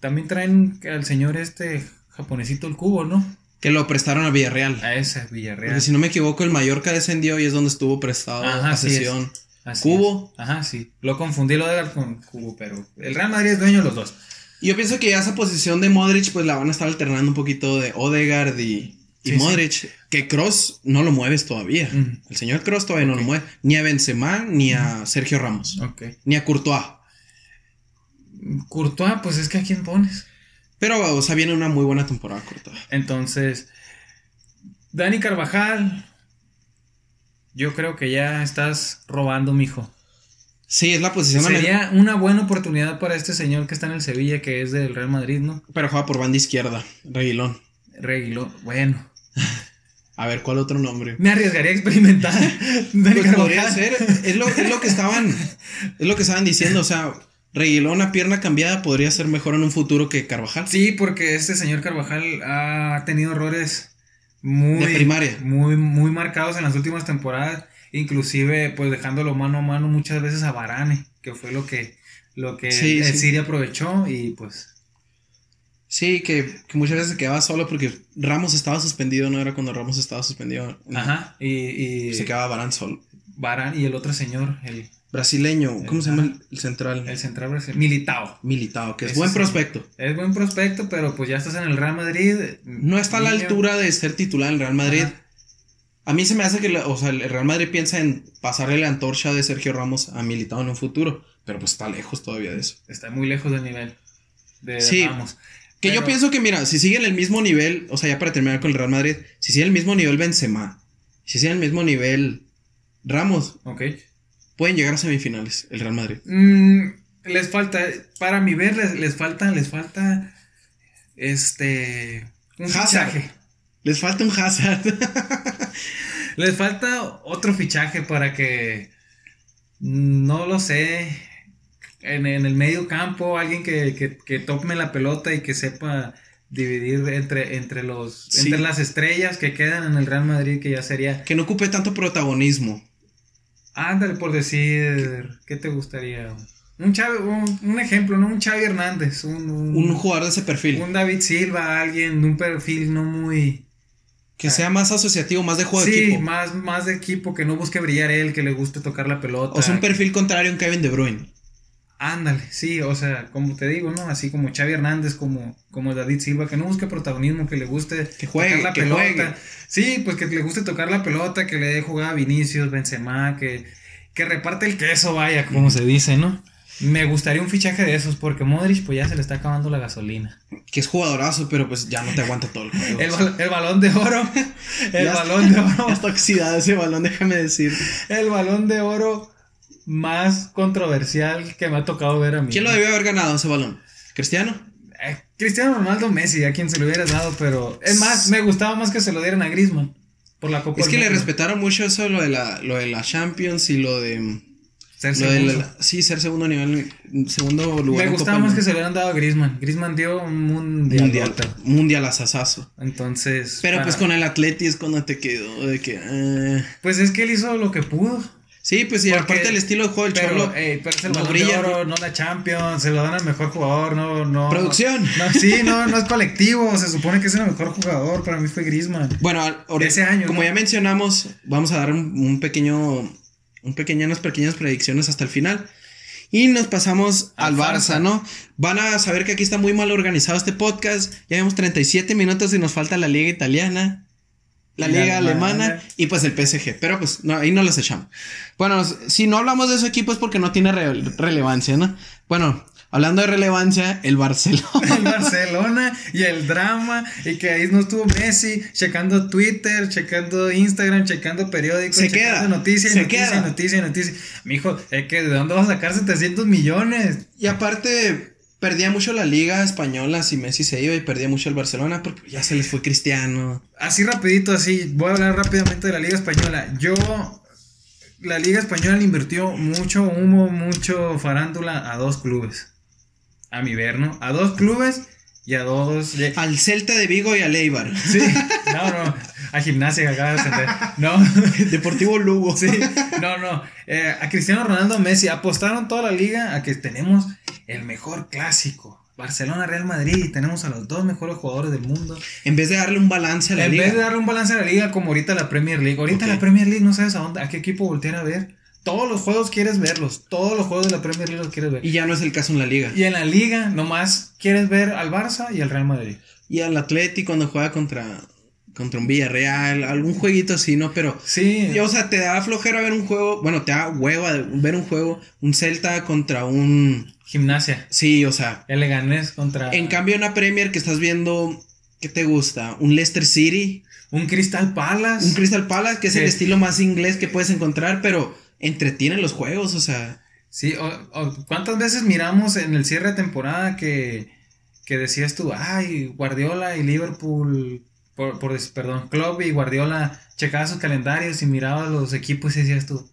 También traen al señor este japonesito el cubo, ¿no? Que lo prestaron a Villarreal. A ese Villarreal. Porque si no me equivoco, el Mallorca descendió y es donde estuvo prestado Ajá, a así es. sesión. Así Cubo. es. Ajá, sí. Lo confundí lo de con Cubo, pero el Real Madrid es dueño de los dos. Y yo pienso que ya esa posición de Modric, pues la van a estar alternando un poquito de Odegaard y, y Sí, sí. Modric. Que Cross no lo mueves todavía. Mm. El señor Cross todavía no Ok. Mm. lo mueve. Ni a Benzema, ni a Sergio Ramos, Ok. ni a Courtois. Courtois, pues es que a quién pones. Pero, o sea, viene una muy buena temporada Courtois. Entonces, Dani Carvajal, yo creo que ya estás robando, mijo. Sí, es la posición a la- Sería una buena oportunidad para este señor que está en el Sevilla, que es del Real Madrid, ¿no? Pero juega por banda izquierda, Reguilón. Reguilón, bueno. A ver, ¿cuál otro nombre? Me arriesgaría *laughs* a experimentar. *laughs* Dani Pues podría Carvajal. ser. Es lo, es lo que estaban. Es lo que estaban diciendo. O sea, Reguilón a pierna cambiada podría ser mejor en un futuro que Carvajal. Sí, porque este señor Carvajal ha tenido errores muy, De primaria. muy, muy marcados en las últimas temporadas, inclusive pues dejándolo mano a mano muchas veces a Varane, que fue lo que, lo que Sí, el sí. City aprovechó y pues Sí, que, que muchas veces se quedaba solo porque Ramos estaba suspendido, no era cuando Ramos estaba suspendido. ajá, y, y Se quedaba Barán solo. Varane y el otro señor, el, Brasileño, ¿cómo se llama el, el central? el central brasileño, Militao. Militado, que es Ese buen sí. prospecto. Es buen prospecto, pero pues ya estás en el Real Madrid. No está a la niño. altura de ser titular en el Real Madrid. Ajá. A mí se me hace que, la- o sea, el Real Madrid piensa en pasarle la antorcha de Sergio Ramos a Militado en un futuro, pero pues está lejos todavía de eso. Está muy lejos del nivel de Sí. Ramos. Que Pero- yo pienso que, mira, si siguen el mismo nivel, o sea, ya para terminar con el Real Madrid, si siguen el mismo nivel Benzema, si siguen el mismo nivel Ramos, Ok. pueden llegar a semifinales el Real Madrid. Mm, les falta, para mi ver, les, les falta, les falta, este, un Hazard. fichaje. Les falta un Hazard. *laughs* Les falta otro fichaje para que, no lo sé, en, en el medio campo, alguien que, que, que tome la pelota y que sepa dividir entre, entre, los, Sí. entre las estrellas que quedan en el Real Madrid, que ya sería, que no ocupe tanto protagonismo. ándale por decir, ¿qué te gustaría? Un, Xavi- un, un ejemplo, ¿no? Un Xavi Hernández, un- un- Un jugador de ese perfil. un David Silva, alguien de un perfil no muy. que sea más asociativo, más de juego de Sí, equipo. más, más de equipo, que no busque brillar él, que le guste tocar la pelota. O sea, un perfil contrario a un Kevin De Bruyne. Ándale, sí, o sea, como te digo, ¿no? Así como Xavi Hernández, como, como David Silva, que no busque protagonismo, que le guste Que juegue, tocar la que pelota. juegue. Sí, pues que le guste tocar la pelota, que le dé jugada a Vinicius, Benzema, que, que reparte el queso, vaya, como se dice, ¿no? Me gustaría un fichaje de esos, porque Modric, pues ya se le está acabando la gasolina. Que es jugadorazo, pero pues ya no te aguanta todo el juego. *laughs* El, O sea, bal- el balón de oro. *laughs* El Ya está. balón de ya oro. está oxidado ese balón, déjame decir. El balón de oro más controversial que me ha tocado ver a mí. ¿Quién lo debió haber ganado ese balón? ¿Cristiano? Eh, Cristiano Ronaldo Messi, a quien se lo hubieras dado, pero. Es más, me gustaba más que se lo dieran a Griezmann. Por la Copa Es que del le Mundo. respetaron mucho eso, lo de la, lo de la Champions y lo de. Ser lo de segundo. la- sí, ser segundo nivel, segundo lugar. Me en gustaba Copa más que del se lo hubieran dado a Griezmann. Griezmann dio un mundial. mundial. Mundial asazazo. Entonces. Pero para- pues con el Atleti es cuando te quedó de que. eh, Pues es que él hizo lo que pudo. Sí, pues y Porque- aparte el estilo de juego del Pero, Cholo. ey, pero es el no balón de brilla, oro, no la Champions, se lo dan al mejor jugador, no, no. Producción. No, sí, no, no es colectivo. Se supone que es el mejor jugador. Para mí fue Griezmann. Bueno, al- ahora- ese año, como ¿no? ya mencionamos, vamos a dar un, un pequeño, un pequeño, unas pequeñas predicciones hasta el final. Y nos pasamos Al al Barça. Barça, ¿no? Van a saber que aquí está muy mal organizado este podcast. Ya vemos 37 minutos y nos falta la liga italiana, la Y la liga alemana. alemana, y pues el PSG. Pero pues no, ahí no las echamos. Bueno, nos- si no hablamos de esos equipos porque no tiene re- relevancia, ¿no? Bueno, hablando de relevancia, el Barcelona. *laughs* El Barcelona y el drama. Y que ahí no estuvo Messi checando Twitter, checando Instagram, checando periódicos. Se checando queda, Noticias, se noticias, queda. noticias, noticias. Mijo, es que ¿de dónde vas a sacar 700 millones? Y aparte, perdía mucho la liga española si Messi se iba y perdía mucho el Barcelona porque ya se les fue Cristiano. Así rapidito, así. Voy a hablar rápidamente de la Liga Española. Yo. La Liga Española le invirtió mucho humo, mucho farándula a dos clubes. A mi ver, ¿no? A dos clubes y a dos. Al Celta de Vigo y al Eibar. *laughs* Sí, no, no, a gimnasia que acaba de ascender. No, Deportivo Lugo. sí, no, no. eh, a Cristiano Ronaldo Messi apostaron toda la liga a que tenemos el mejor clásico. Barcelona, Real Madrid, y tenemos a los dos mejores jugadores del mundo. En vez de darle un balance a la en liga. vez de darle un balance a la liga como ahorita la Premier League, ahorita Ok. la Premier League no sabes a dónde, a qué equipo voltear a ver. Todos los juegos quieres verlos, todos los juegos de la Premier League los quieres ver. Y ya no es el caso en la liga. Y en la liga nomás quieres ver al Barça y al Real Madrid. Y al Atleti cuando juega contra, contra un Villarreal, algún jueguito así, ¿no? Pero... Sí. y, O sea, te da flojera ver un juego, bueno, te da hueva de ver un juego, un Celta contra un... Gimnasia. Sí, o sea, El Leganés contra en cambio una Premier que estás viendo, ¿qué te gusta? Un Leicester City, un Crystal Palace. Un Crystal Palace, que es el Sí. estilo más inglés que puedes encontrar, pero entretiene los juegos, o sea. Sí, o, o ¿cuántas veces miramos en el cierre de temporada que, que decías tú, ay, Guardiola y Liverpool, por, por des- perdón, Club y Guardiola checaba sus calendarios y miraba los equipos y decías tú,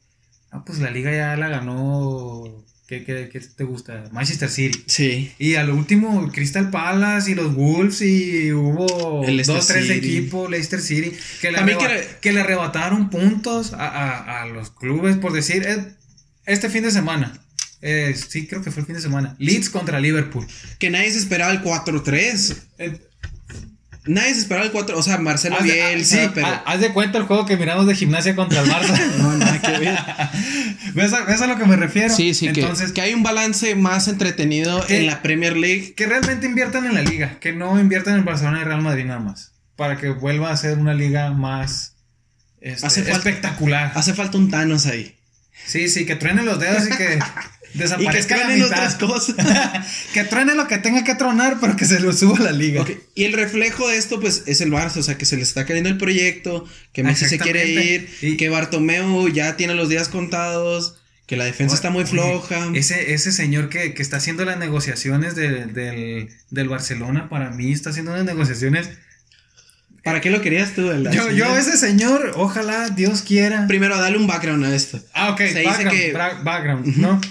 ah, pues la liga ya la ganó ¿Qué, qué, qué te gusta? Manchester City. Sí. Y a lo último, el Crystal Palace y los Wolves y hubo El Leicester dos, tres City. equipos, Leicester City, que le, A mí que arreba- le- que le arrebataron puntos a, a- a los clubes, por decir, eh, este fin de semana. eh, sí, creo que fue el fin de semana. Leeds contra Liverpool. Que nadie se esperaba el 4-3. Eh, Nadie se esperaba el 4 O sea, Marcelo haz de- ah, Bielsa, sí, pero. ah, haz de cuenta el juego que miramos de gimnasia contra el Barça. *laughs* no, nada que ver. *laughs* ¿Ves, a, ves a lo que me refiero? Sí, sí, que- Entonces, que, hay un balance más entretenido Que- en la Premier League. que realmente inviertan en la liga, que no inviertan en Barcelona y Real Madrid nada más, para que vuelva a ser una liga más este, Hace falta- espectacular. Hace falta un Thanos ahí. Sí, sí, que truenen los dedos y que *laughs* Y que desaparezca la estén en mitad. otras *laughs* cosas. que truene lo que tenga que tronar, pero que se lo suba a la liga. Ok, Y el reflejo de esto, pues, es el Barça. O sea, que se le está cayendo el proyecto. Que Messi se quiere ir. Exactamente. Y- Y... Que Bartomeu ya tiene los días contados. Que la defensa está muy Oye, floja. Ese, ese señor que, que está haciendo las negociaciones de- del, del Barcelona, para mí está haciendo unas negociaciones. ¿Para qué lo querías tú? el- Yo, yo ese señor, ojalá Dios quiera. Primero, dale un background a esto. Ah, ok, Se dice background, que- bra- background, ¿no?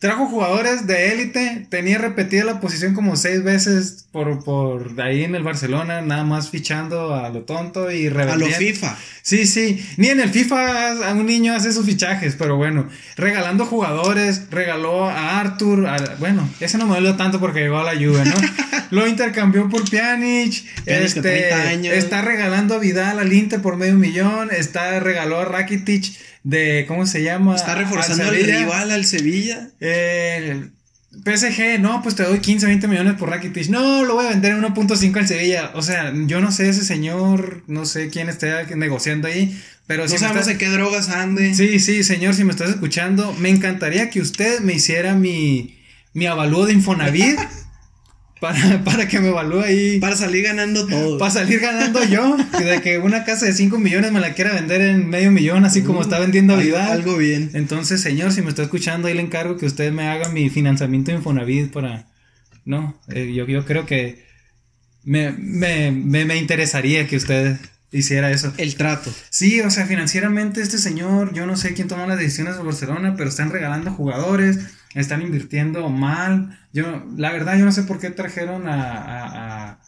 Trajo jugadores de élite, tenía repetida la posición como seis veces por, por ahí en el Barcelona, nada más fichando a lo tonto y A revendiendo. lo FIFA. Sí, sí, ni en el FIFA a un niño hace sus fichajes, pero bueno, regalando jugadores, regaló a Arthur, a- bueno, ese no me dolió tanto porque llegó a la Juve, *laughs* ¿no? Lo intercambió por Pjanic, Pjanic con 30 este, años. está regalando a Vidal al Inter por medio millón, está regaló a Rakitic de, ¿cómo se llama? Está Al reforzando al Sevilla. rival, al Sevilla. El PSG, no, pues te doy 15, 20 millones por Rakitic. No, lo voy a vender en 1.5 al Sevilla. O sea, yo no sé ese señor, no sé quién está negociando ahí, pero No si me sabemos estás- en qué drogas ande. Sí, sí, señor, si me estás escuchando, me encantaría que usted me hiciera mi, mi avalúo *laughs* de Infonavit para, para que me evalúe ahí. Para salir ganando todo. Para salir ganando yo, de que una casa de 5 millones me la quiera vender en medio millón, así Uh, como está vendiendo a Algo- Vidal. algo bien. Entonces, señor, si me está escuchando, ahí le encargo que usted me haga mi financiamiento de Infonavit para... No, eh, yo, yo creo que me, me, me, me interesaría que usted hiciera eso. El trato. Sí, o sea, financieramente este señor, yo no sé quién toma las decisiones de Barcelona, pero están regalando jugadores, están invirtiendo mal. Yo, la verdad, yo no sé por qué trajeron a, a, a-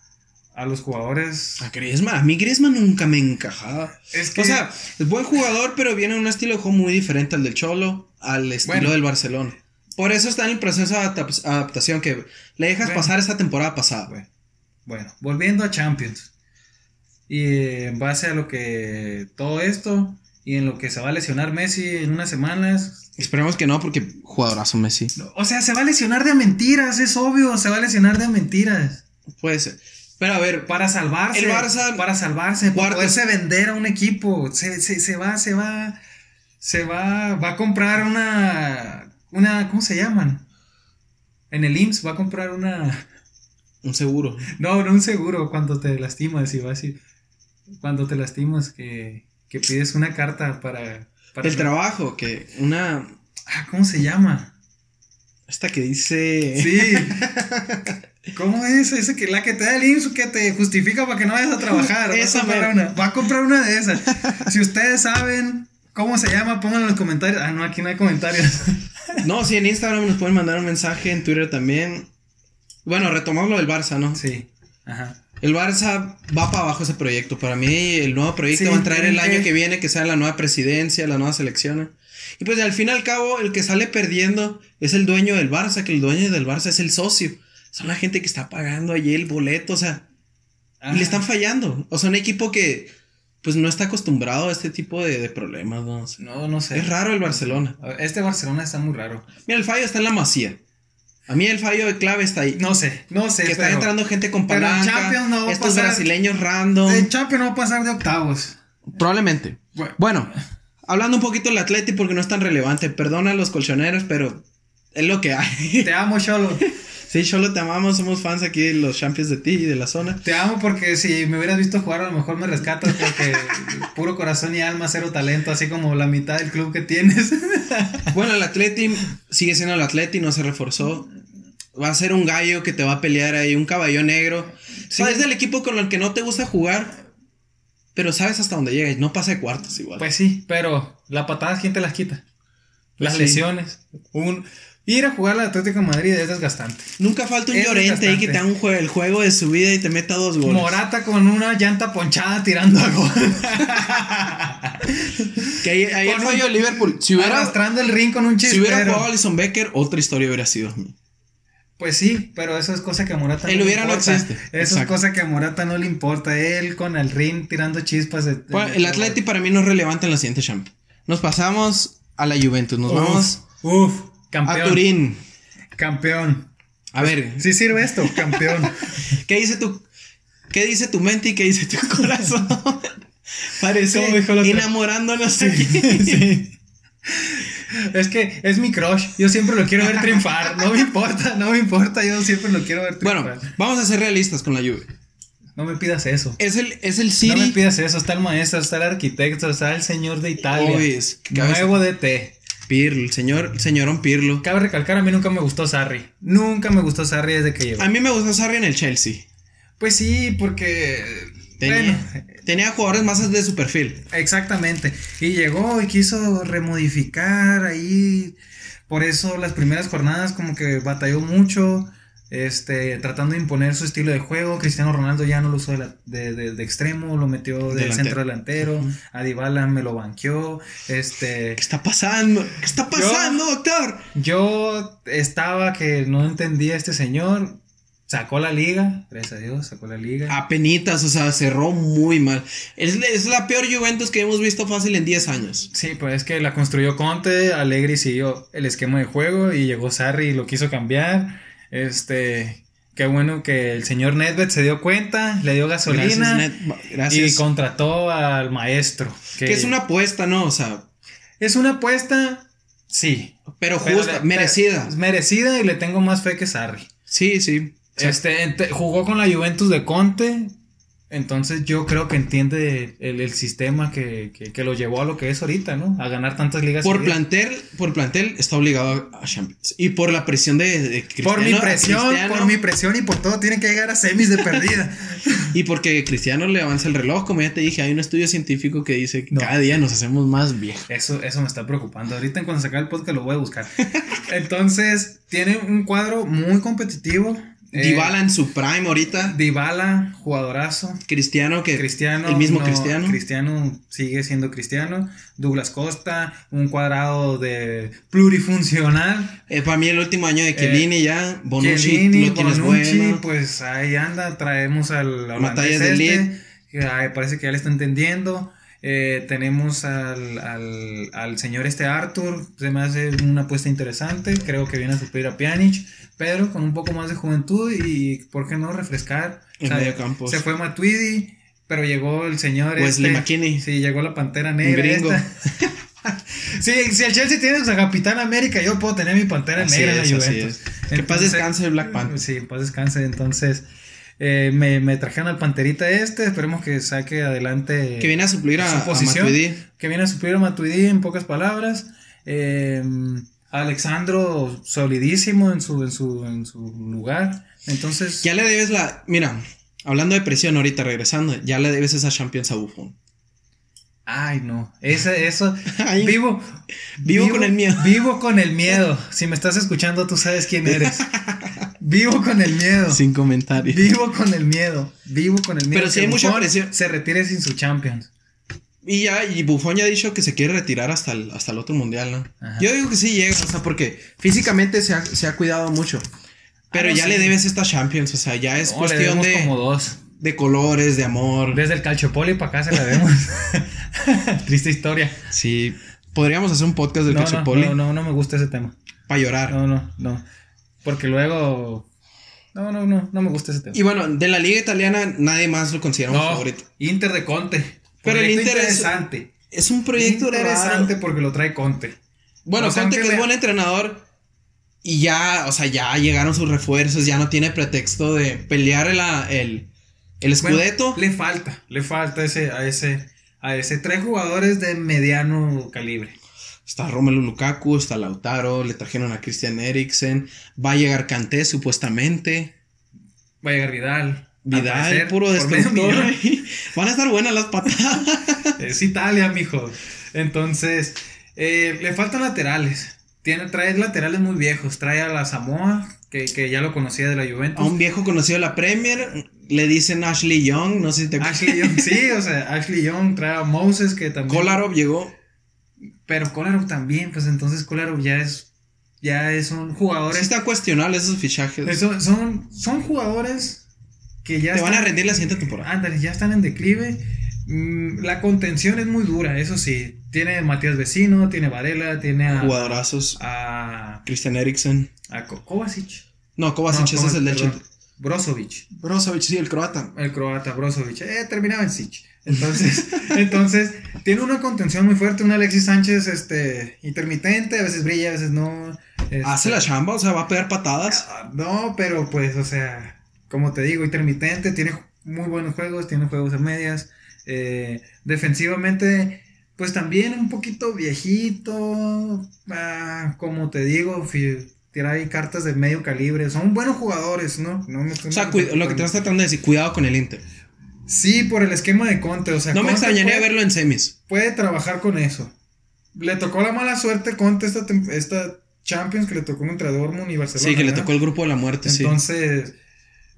a los jugadores. A Griezmann. A mí Griezmann nunca me encajaba. Es Ah, O sea, es buen jugador, pero viene un estilo de juego muy diferente al del Cholo, al estilo Bueno. del Barcelona. Por eso está en el proceso de adap- adaptación que le dejas Bueno. pasar esta temporada pasada. Bueno, bueno, volviendo a Champions. Y eh, en base a lo que todo esto y en lo que se va a lesionar Messi en unas semanas. Esperemos que no, porque jugadorazo Messi. no, O sea, se va a lesionar de mentiras, es obvio, se va a lesionar de mentiras. Puede ser. Pero a ver, Para salvarse. El Barça- Para salvarse. Para Cuartos. poderse vender a un equipo. Se, se- se va, se va. Se va. Va a comprar una. Una. ¿Cómo se llaman? En el IMSS va a comprar una. un seguro. No, no un seguro cuando te lastimas y vas y. Cuando te lastimas que, que pides una carta para. para Del trabajo, que una. Ah, ¿cómo se llama? Esta que dice. Sí. *laughs* ¿Cómo es esa que la que te da el IMSS que te justifica para que no vayas a trabajar? Va Esa a comprar mera. una, va a comprar una de esas. Si ustedes saben cómo se llama, pónganlo en los comentarios. Ah, no, aquí no hay comentarios. *laughs* No, sí, en Instagram nos pueden mandar un mensaje, en Twitter también. Bueno, retomamos lo del Barça, ¿no? Sí. Ajá. El Barça va para abajo ese proyecto. Para mí, el nuevo proyecto Sí, va a entrar el tienen año que- que viene, que sea la nueva presidencia, la nueva selección. Y pues al fin y al cabo, el que sale perdiendo es el dueño del Barça, que el dueño del Barça es el socio. Son la gente que está pagando allí el boleto, o sea, Ah, y le están fallando. O sea, un equipo que pues no está acostumbrado a este tipo de, de problemas, ¿no? O sea, No, no sé. es raro el Barcelona. A ver, Este Barcelona está muy raro. Mira, el fallo está en la masía. A mí el fallo de clave está ahí. No sé, no sé. que están pero- entrando gente con pero en palanca, Champions no va a estos pasar. brasileños random. El Champions no va a pasar de octavos. Probablemente. Bueno, Bueno, hablando un poquito del Atleti porque no es tan relevante. Perdona a los colchoneros, pero es lo que hay. *laughs* te amo, Cholo. Sí, Cholo, te amamos. Somos fans aquí de los champions de ti y de la zona. Te amo porque si me hubieras visto jugar a lo mejor me rescatas porque puro corazón y alma, cero talento, así como la mitad del club que tienes. *laughs* Bueno, el Atleti sigue siendo el Atleti, no se reforzó. Va a ser un gallo que te va a pelear ahí, un caballo negro. Sí. Sabes del equipo con el que no te gusta jugar, pero sabes hasta dónde llega y no pasa de cuartos igual. Pues sí, pero la patada, ¿quién te las quita? Las Sí. lesiones. Un, ir a jugar al Atlético de Madrid es desgastante. Nunca falta un Es llorente ahí que te desgastante. haga un jue- el juego de su vida y te meta dos goles. Morata con una llanta ponchada tirando a gol. Que ahí, ahí el Con rollo de Liverpool. Si hubiera, Arrastrando el ring con un si hubiera chispero. jugado Alison Becker, otra historia hubiera sido. Pues sí, pero eso es cosa que a Morata El no hubiera le no importa. existe. Eso es Exacto. cosa que a Morata no le importa. Él con el ring tirando chispas. de- de- Bueno, Pues, el Atleti para mí no es relevante en la siguiente Champ. Nos pasamos a la Juventus. Nos Uf, vamos Uf, campeón. a Turín. Campeón. A ver, Sí sirve esto, campeón. *laughs* ¿qué dice tu, qué dice tu mente y qué dice tu *laughs* corazón? Parece Como dijo la otra. enamorándonos aquí. *laughs* Sí. Es que es mi crush. Yo siempre lo quiero ver triunfar. No me importa, no me importa. Yo siempre lo quiero ver Bueno, triunfar. vamos a ser realistas con la Juve. No me pidas eso. Es el, es el No me City. pidas eso. Está el maestro, está el arquitecto, está el señor de Italia. Uy, Oh, es que cabeza. Nuevo DT. Pirlo, el señor, el señorón Pirlo. Cabe recalcar, a mí nunca me gustó Sarri. Nunca me gustó Sarri desde que llegó. A mí me gusta Sarri en el Chelsea. Pues sí, porque... Tenía, Bueno, tenía jugadores más de su perfil. exactamente. Y llegó y quiso remodificar ahí. Por eso las primeras jornadas como que batalló mucho. Este, tratando de imponer su estilo de juego. Cristiano Ronaldo ya no lo usó de, la- de- de- de extremo, lo metió de Delantero. centro delantero. A Dybala me lo banqueó. Este... ¿Qué está pasando? ¿Qué está pasando, doctor? Yo estaba que no entendía a este señor. Sacó la liga, gracias a Dios, sacó la liga. A penitas, o sea, cerró muy mal. Es, la- es la peor Juventus que hemos visto fácil en 10 años. Sí, pues es que la construyó Conte, Alegri siguió el esquema de juego y llegó Sarri y lo quiso cambiar. Este, qué bueno que el señor Nedved se dio cuenta, le dio gasolina Gracias, Ned. y Gracias. contrató al maestro. Que es una apuesta, ¿no? O sea, es una apuesta, sí. pero pero justa, le- merecida. es merecida y le tengo más fe que Sarri. Sí, sí. O sea, Este, ente- jugó con la Juventus de Conte. Entonces yo creo que entiende el, el sistema que, que- que lo llevó a lo que es ahorita, ¿no? A ganar tantas ligas. por seguidas. plantel, por plantel está obligado a Champions. Y por la presión de, de Por mi Cristiano- presión, Cristiano, por mi presión y por todo, tiene que llegar a semis de perdida. Y porque Cristiano le avanza el reloj, como ya te dije, hay un estudio científico que dice que No. cada día nos hacemos más viejos. *laughs* Eso, eso me está preocupando. Ahorita en cuando sacar el podcast lo voy a buscar. Entonces, tiene un cuadro muy competitivo. Eh, Dybala en su prime ahorita, Dybala, jugadorazo. Cristiano que Cristiano. el mismo no, Cristiano. Cristiano sigue siendo Cristiano. Douglas Costa, un cuadrado de plurifuncional. eh, para mí el último año de Chiellini ya, Bonucci Chiellini, lo tienes Bonucci, bueno. pues ahí anda, traemos al holandés Matías de este, Ligt. que, ay, parece que ya le está entendiendo. Eh, tenemos al, al- al señor este Arthur, se me hace una apuesta interesante, creo que viene a suplir a Pjanic, pero con un poco más de juventud y por qué no refrescar. En mediocampo. se fue Matuidi, pero llegó el señor Wesley este, McKinney. Sí, llegó la pantera negra. gringo. esta. *laughs* sí, si el Chelsea tiene a Capitán América, yo puedo tener mi pantera Así es, negra en la así Juventus. es. Que paz Entonces- mm, eh, descanse el Black Panther. Sí, en paz descanse. Entonces, eh, me, me trajeron al panterita este. Esperemos que saque adelante. Que viene a suplir a, su a posición. Matuidi. que viene a suplir a Matuidi en pocas palabras. Eh, Alexandro solidísimo en su, en su, en su lugar. Entonces, Ya le debes la. Mira, hablando de presión ahorita, regresando, ya le debes esa Champions a Buffon. ay no, ese, eso, *laughs* Ay, vivo, Vivo con el miedo. Vivo con el miedo. Si me estás escuchando, tú sabes quién *laughs* eres. vivo con el miedo. Sin comentarios. Vivo con el miedo. Vivo con el miedo. Pero si que hay mucha Buffon presión. Se retire sin su Champions. Y ya, y Buffon ya ha dicho que se quiere retirar hasta el, hasta el otro mundial, ¿no? Ajá. Yo digo que sí llega, o sea, porque físicamente se ha, se ha cuidado mucho. Pero Ah, no, ya sí. le debes esta Champions, o sea, ya es No, le cuestión debemos de, como dos. de colores, de amor. Desde el Calchopoli para acá se la vemos. *laughs* Triste historia. Sí, podríamos hacer un podcast del No, no, Cachopoli no, no, no me gusta ese tema. para llorar. No, no, no. Porque luego. No, no, no, no me gusta ese tema. Y bueno, de la liga italiana nadie más lo consideramos No, favorito. Inter de Conte. Pero el Proyecto Inter es- interesante. Es un proyecto raro. interesante porque lo trae Conte. Bueno, O sea, Conte que aunque es vea- buen entrenador y ya, o sea, ya llegaron sus refuerzos, ya no tiene pretexto de pelear el, el, el Bueno, escudeto. le falta, le falta ese, a ese, a ese tres jugadores de mediano calibre. Está Romelu Lukaku, está Lautaro, le trajeron a Christian Eriksen, va a llegar Kanté supuestamente, Va a llegar Vidal. Vidal, al parecer, puro por medio destructor. millón. Van a estar buenas las patadas. es Italia, mijo. Entonces, Eh, le faltan laterales. Tiene, trae laterales muy viejos. Trae a la Samoa, que, que ya lo conocía de la A Juventus. un viejo conocido de la Premier le dicen Ashley Young, no sé si te acuerdas. Ashley Young, sí, o sea, Ashley Young trae a Moses, que también. Kolarov llegó. Pero Kolarov también, pues entonces Kolarov ya es, ya es un jugador. Sí está cuestionable esos fichajes. Eso- son, son jugadores que ya te van a están- rendir la siguiente temporada. Ándale, ya están en declive. Mm, La contención es muy dura, eso sí. Tiene Matías Vecino, tiene Varela, tiene a, Jugadorazos. a, Christian Eriksen. a Ko- Kovacic. No, Kovacic, No, ese es el de perdón, Chelsea. Brozovic, Brozovic, sí, el croata. el croata Brozovic. Eh, terminaba en Sich. Entonces, *laughs* entonces, tiene una contención muy fuerte, un Alexis Sánchez este, intermitente, a veces brilla, a veces no. este, Hace la chamba, o sea, va a pegar patadas. Ah, No, pero pues, o sea, como te digo, intermitente, tiene ju- muy buenos juegos, tiene juegos a medias. eh, defensivamente, pues también un poquito viejito. ah, como te digo, fi- tira ahí cartas de medio calibre. Son buenos jugadores, ¿no? no me O sea, cuid- lo que te estás tratando de decir, cuidado con el Inter. Sí, por el esquema de Conte. O sea, No me Conte extrañaría puede- verlo en semis. puede trabajar con eso. Le tocó la mala suerte Conte esta, tem- esta Champions que le tocó contra Dortmund y Barcelona. Sí, que le ¿verdad? tocó el grupo de la muerte, sí. Entonces,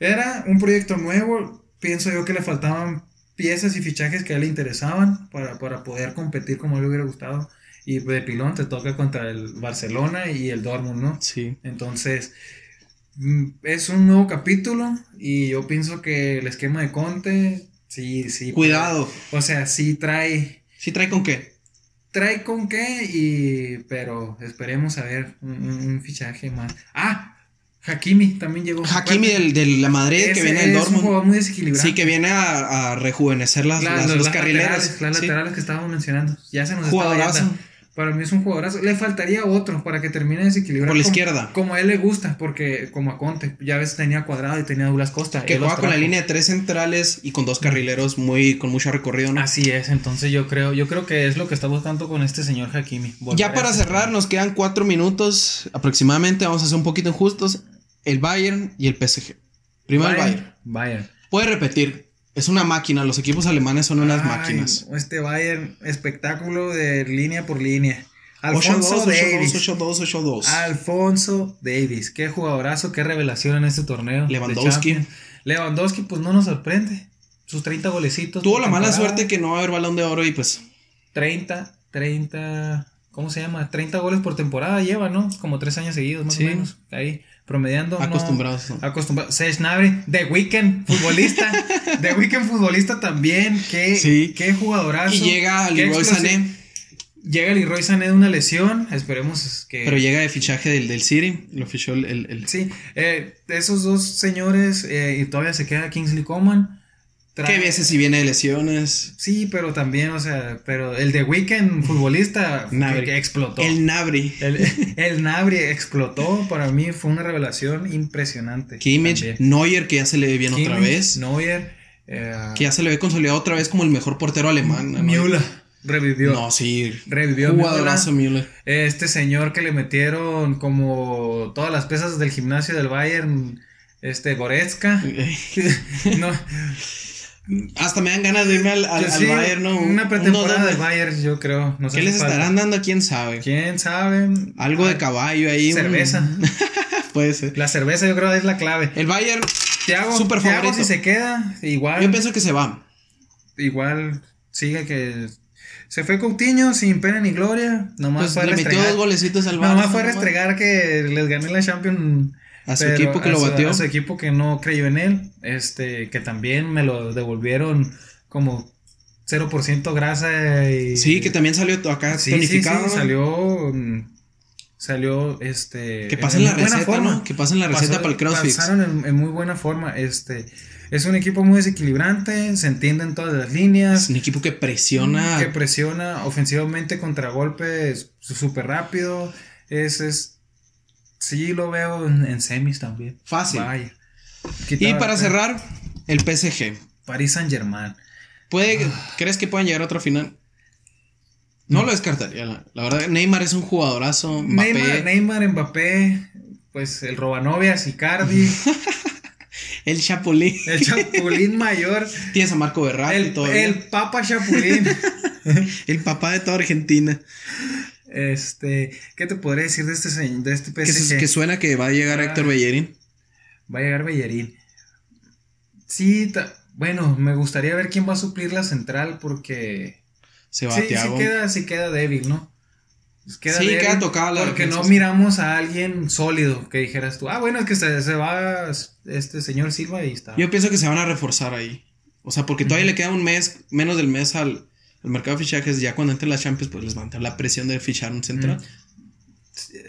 era un proyecto nuevo. Pienso yo que le faltaban piezas y fichajes que a él le interesaban para, para poder competir como a él le hubiera gustado. Y de pilón te toca contra el Barcelona y el Dortmund, ¿no? Sí. Entonces, mm, es un nuevo capítulo y yo pienso que el esquema de Conte, sí, sí. Cuidado. O sea, sí trae, ¿Sí trae con qué? trae con qué y... Pero esperemos a ver un, un- un fichaje más. Ah, Hakimi también llegó. Hakimi del, de la Madrid Ese que viene del es un Dortmund. jugador muy desequilibrado. Sí, que viene a, a rejuvenecer las, Las- las- las- los las carrileros. laterales, las sí. laterales que estábamos mencionando. Ya se nos está Jugadorazo yendo. Para mí es un jugadorazo. Le faltaría otro para que termine desequilibrado. por la como- izquierda. Como a él le gusta, porque como a Conte, ya ves, tenía cuadrado y tenía Douglas Costa. Que él los juega con la trajo. línea de tres centrales y con dos carrileros muy con mucho recorrido, ¿no? Así es, entonces yo creo, yo creo que es lo que está buscando con este señor Hakimi. Volver Ya a para ese- cerrar, nos quedan cuatro minutos aproximadamente. Vamos a ser un poquito injustos. El Bayern y el PSG. Primero el Bayern. Bayern. Puede repetir. Es una máquina. Los equipos alemanes son unas Ay, máquinas. Este Bayern, espectáculo de línea por línea. 8-2, Alfonso 8-2, Davis. 8-2, 8-2. Alfonso Davis, qué jugadorazo, qué revelación en este torneo. de Lewandowski. Champions. Lewandowski, pues no nos sorprende. Sus 30 golecitos. Tuvo por la mala temporada. suerte que no va a haber balón de oro y pues 30, 30. ¿Cómo se llama? 30 goles por temporada lleva, ¿no? Como 3 años seguidos, más Sí. o menos. Ahí, promediando. no- acostumbrados. ¿no? Acostumbrado. Serge Gnabry, The *laughs* Weeknd, futbolista. The Weeknd, futbolista también. Qué, Sí. qué jugadorazo. Y llega qué Leroy explosi- Sané, Llega Leroy Sané de una lesión. Esperemos que. pero llega de fichaje del, del City. Lo fichó el, el- el- Sí, eh, esos dos señores, eh, y todavía se queda Kingsley Coman. Trae- ¿Qué veces si viene de lesiones? Sí, pero también, o sea, pero el de Weekend, futbolista, que- Gnabry. que explotó. El, El Nabri. *laughs* el, Nabri explotó, para mí fue una revelación impresionante. Kimmich. También. Neuer, que ya se le ve bien otra Kimmich, vez. Neuer, eh, Que ya se le ve consolidado otra vez como el mejor portero alemán. ¿no? Müller, revivió. No, sí. Revivió a Jugadorazo Müller. Müller. Este señor que le metieron como todas las pesas del gimnasio del Bayern, *laughs* este Goretzka. no, Hasta me dan ganas de irme al, al- Yo al sí, Bayern, ¿no? Una pretemporada Unos- del Bayern, yo creo. No sé ¿Qué les falta. estarán dando? ¿Quién sabe? ¿Quién sabe? Algo de Ah, caballo ahí. un- Cerveza. *laughs* Puede ser. La cerveza yo creo es la clave. El Bayern, Thiago, Súper Thiago, favorito. si se queda, igual, yo pienso que se va. igual sigue que... Se fue Coutinho sin pena ni gloria. Nomás Pues fue a le metió restregar. dos golecitos al Bayern. Nomás fue a restregar que les gané la Champions. A su pero equipo que a lo su- batió. A su equipo que no creyó en él. Este, que también me lo devolvieron como 0% grasa y... Sí, que también salió to- acá Ah, Sí, tonificado. sí, sí, ¿no? salió. mm, Salió este. Que pasen la muy buena receta, forma. ¿no? Que pasen la receta Pasó- para el CrossFit. Pasaron en, en muy buena forma. Este. Es un equipo muy desequilibrante. Se entienden todas las Es líneas. un equipo que presiona. Mm, Que presiona ofensivamente contra golpes su- súper rápido. Es, es. Sí, lo veo en, en semis también. Fácil. Vaya. Y Quitaba- para cerrar, el PSG. París Saint Germain. ¿Puede, Ah. ¿Crees que puedan llegar a otra final? No lo descartaría, la, la verdad. Neymar es un jugadorazo. Mbappé. Neymar, Neymar, Mbappé. Pues el Robanovias, Icardi. El Chapulín. *laughs* el Chapulín Mayor. Tienes a Marco Berratti El, todavía. el Papa Chapulín. El papá de toda Argentina. *laughs* Este, ¿qué te podría decir de este señ- de este Que, PSG? se- que suena que va a llegar Ah. Héctor Bellerín. Va a llegar Bellerín. Sí, ta- bueno, me gustaría ver quién va a suplir la central porque Se va sí, sí Thiago. queda, sí queda débil, ¿no? Pues Sí, queda tocada la Porque defensa, no sí. miramos a alguien sólido que dijeras tú, ah, bueno, es que se, se va este señor Silva y está. Yo pienso que se van a reforzar ahí. O sea, porque todavía Ujú. le queda un mes, menos del mes al, al mercado de fichajes. Ya cuando entre las Champions, pues les va a entrar la presión de fichar un central.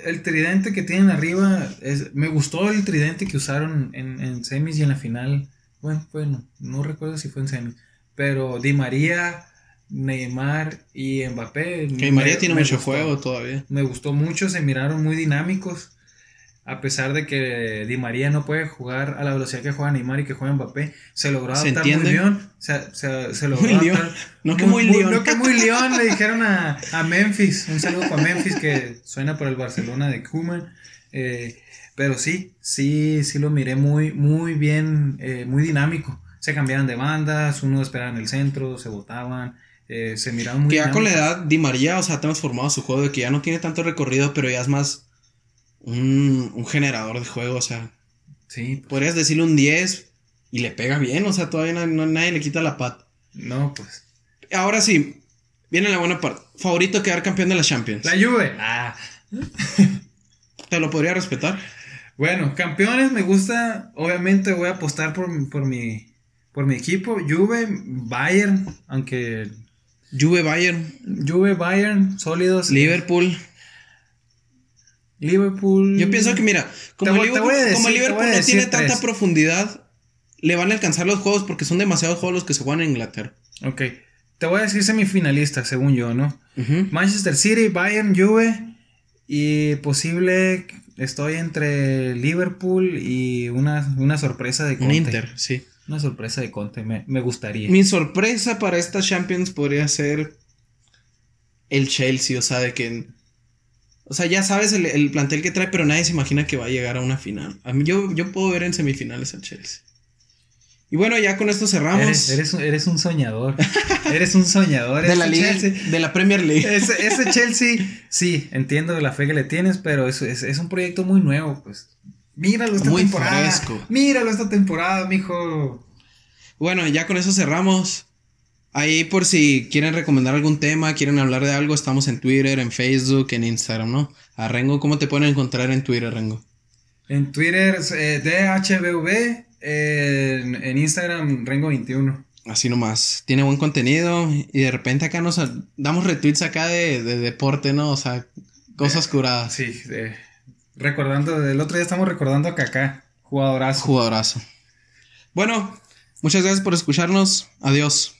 El tridente que tienen arriba, es, me gustó el tridente que usaron en, en semis y en la final. Bueno, bueno, no recuerdo si fue en semis. Pero Di María, Neymar y Mbappé. Que me- María tiene me mucho gustó. juego todavía. Me gustó mucho, se miraron muy dinámicos. A pesar de que Di María no puede jugar a la velocidad que juega Neymar y que juega Mbappé, se logró ¿Se adaptar muy entiende? bien. Se, se- *laughs* se logró Muy león. adaptar- No que muy león. no que muy león, le dijeron a, a Memphis. Un saludo para Memphis que suena por el Barcelona de Kuman. pero sí, sí, sí lo miré muy, muy bien, eh, muy dinámico. Se cambiaban de bandas, uno esperaba en el centro, se botaban, eh, se miraban muy Que ya con la dinámicos. edad Di María, o sea, ha transformado su juego de que ya no tiene tanto recorrido, pero ya es más un, un generador de juego. O sea, Sí, podrías decirle un 10 y le pega bien. O sea, todavía no- no- nadie le quita la pata. no, pues. Ahora sí, viene la buena parte. Favorito quedar campeón de la Champions. La Juve. Ah, Te lo podría respetar. Bueno, campeones me gusta. Obviamente voy a apostar por, mi- por mi por mi equipo. Juve, Bayern, aunque Juve, Bayern, Juve, Bayern, sólidos. Liverpool. Liverpool. Yo pienso que, mira, como voy- Mm. te Liverpool, voy a decir- como te Liverpool voy a no decir tiene tanta tres. profundidad, le van a alcanzar los juegos porque son demasiados juegos los que se juegan en Inglaterra. Ok. Te voy a decir semifinalista, según yo, ¿no? Ujú. Manchester City, Bayern, Juve. Y posible. Estoy entre Liverpool y una, una sorpresa de Un Conte. Inter, sí. Una sorpresa de Conte, me, me gustaría. Mi sorpresa para esta Champions podría ser el Chelsea, o sea, de que... O sea, ya sabes el, el plantel que trae, pero nadie se imagina que va a llegar a una final. A mí, yo, yo puedo ver en semifinales al Chelsea. Y bueno, ya con esto cerramos. Eres, eres, un- eres un soñador. *laughs* eres un soñador. de, la ese Liga- Chelsea. de la Premier League. Ese, ese Chelsea, sí, entiendo la fe que le tienes, pero es, es, es un proyecto muy nuevo, pues. Míralo esta Muy temporada. fresco. Míralo esta temporada, mijo. *laughs* Bueno, ya con eso cerramos. Ahí por si quieren recomendar algún tema, quieren hablar de algo, estamos en Twitter, en Facebook, en Instagram, ¿no? A Rengo, ¿cómo te pueden encontrar en Twitter, Rengo? En Twitter, eh, DHBV. eh, en, en Instagram, Rengo21. Así nomás. Tiene buen contenido y de repente acá nos a- damos retweets acá de, de deporte, ¿no? O sea, cosas curadas. Sí, eh, recordando, el otro día estamos recordando a Kaká, jugadorazo. Jugadorazo. Bueno, muchas gracias por escucharnos. Adiós.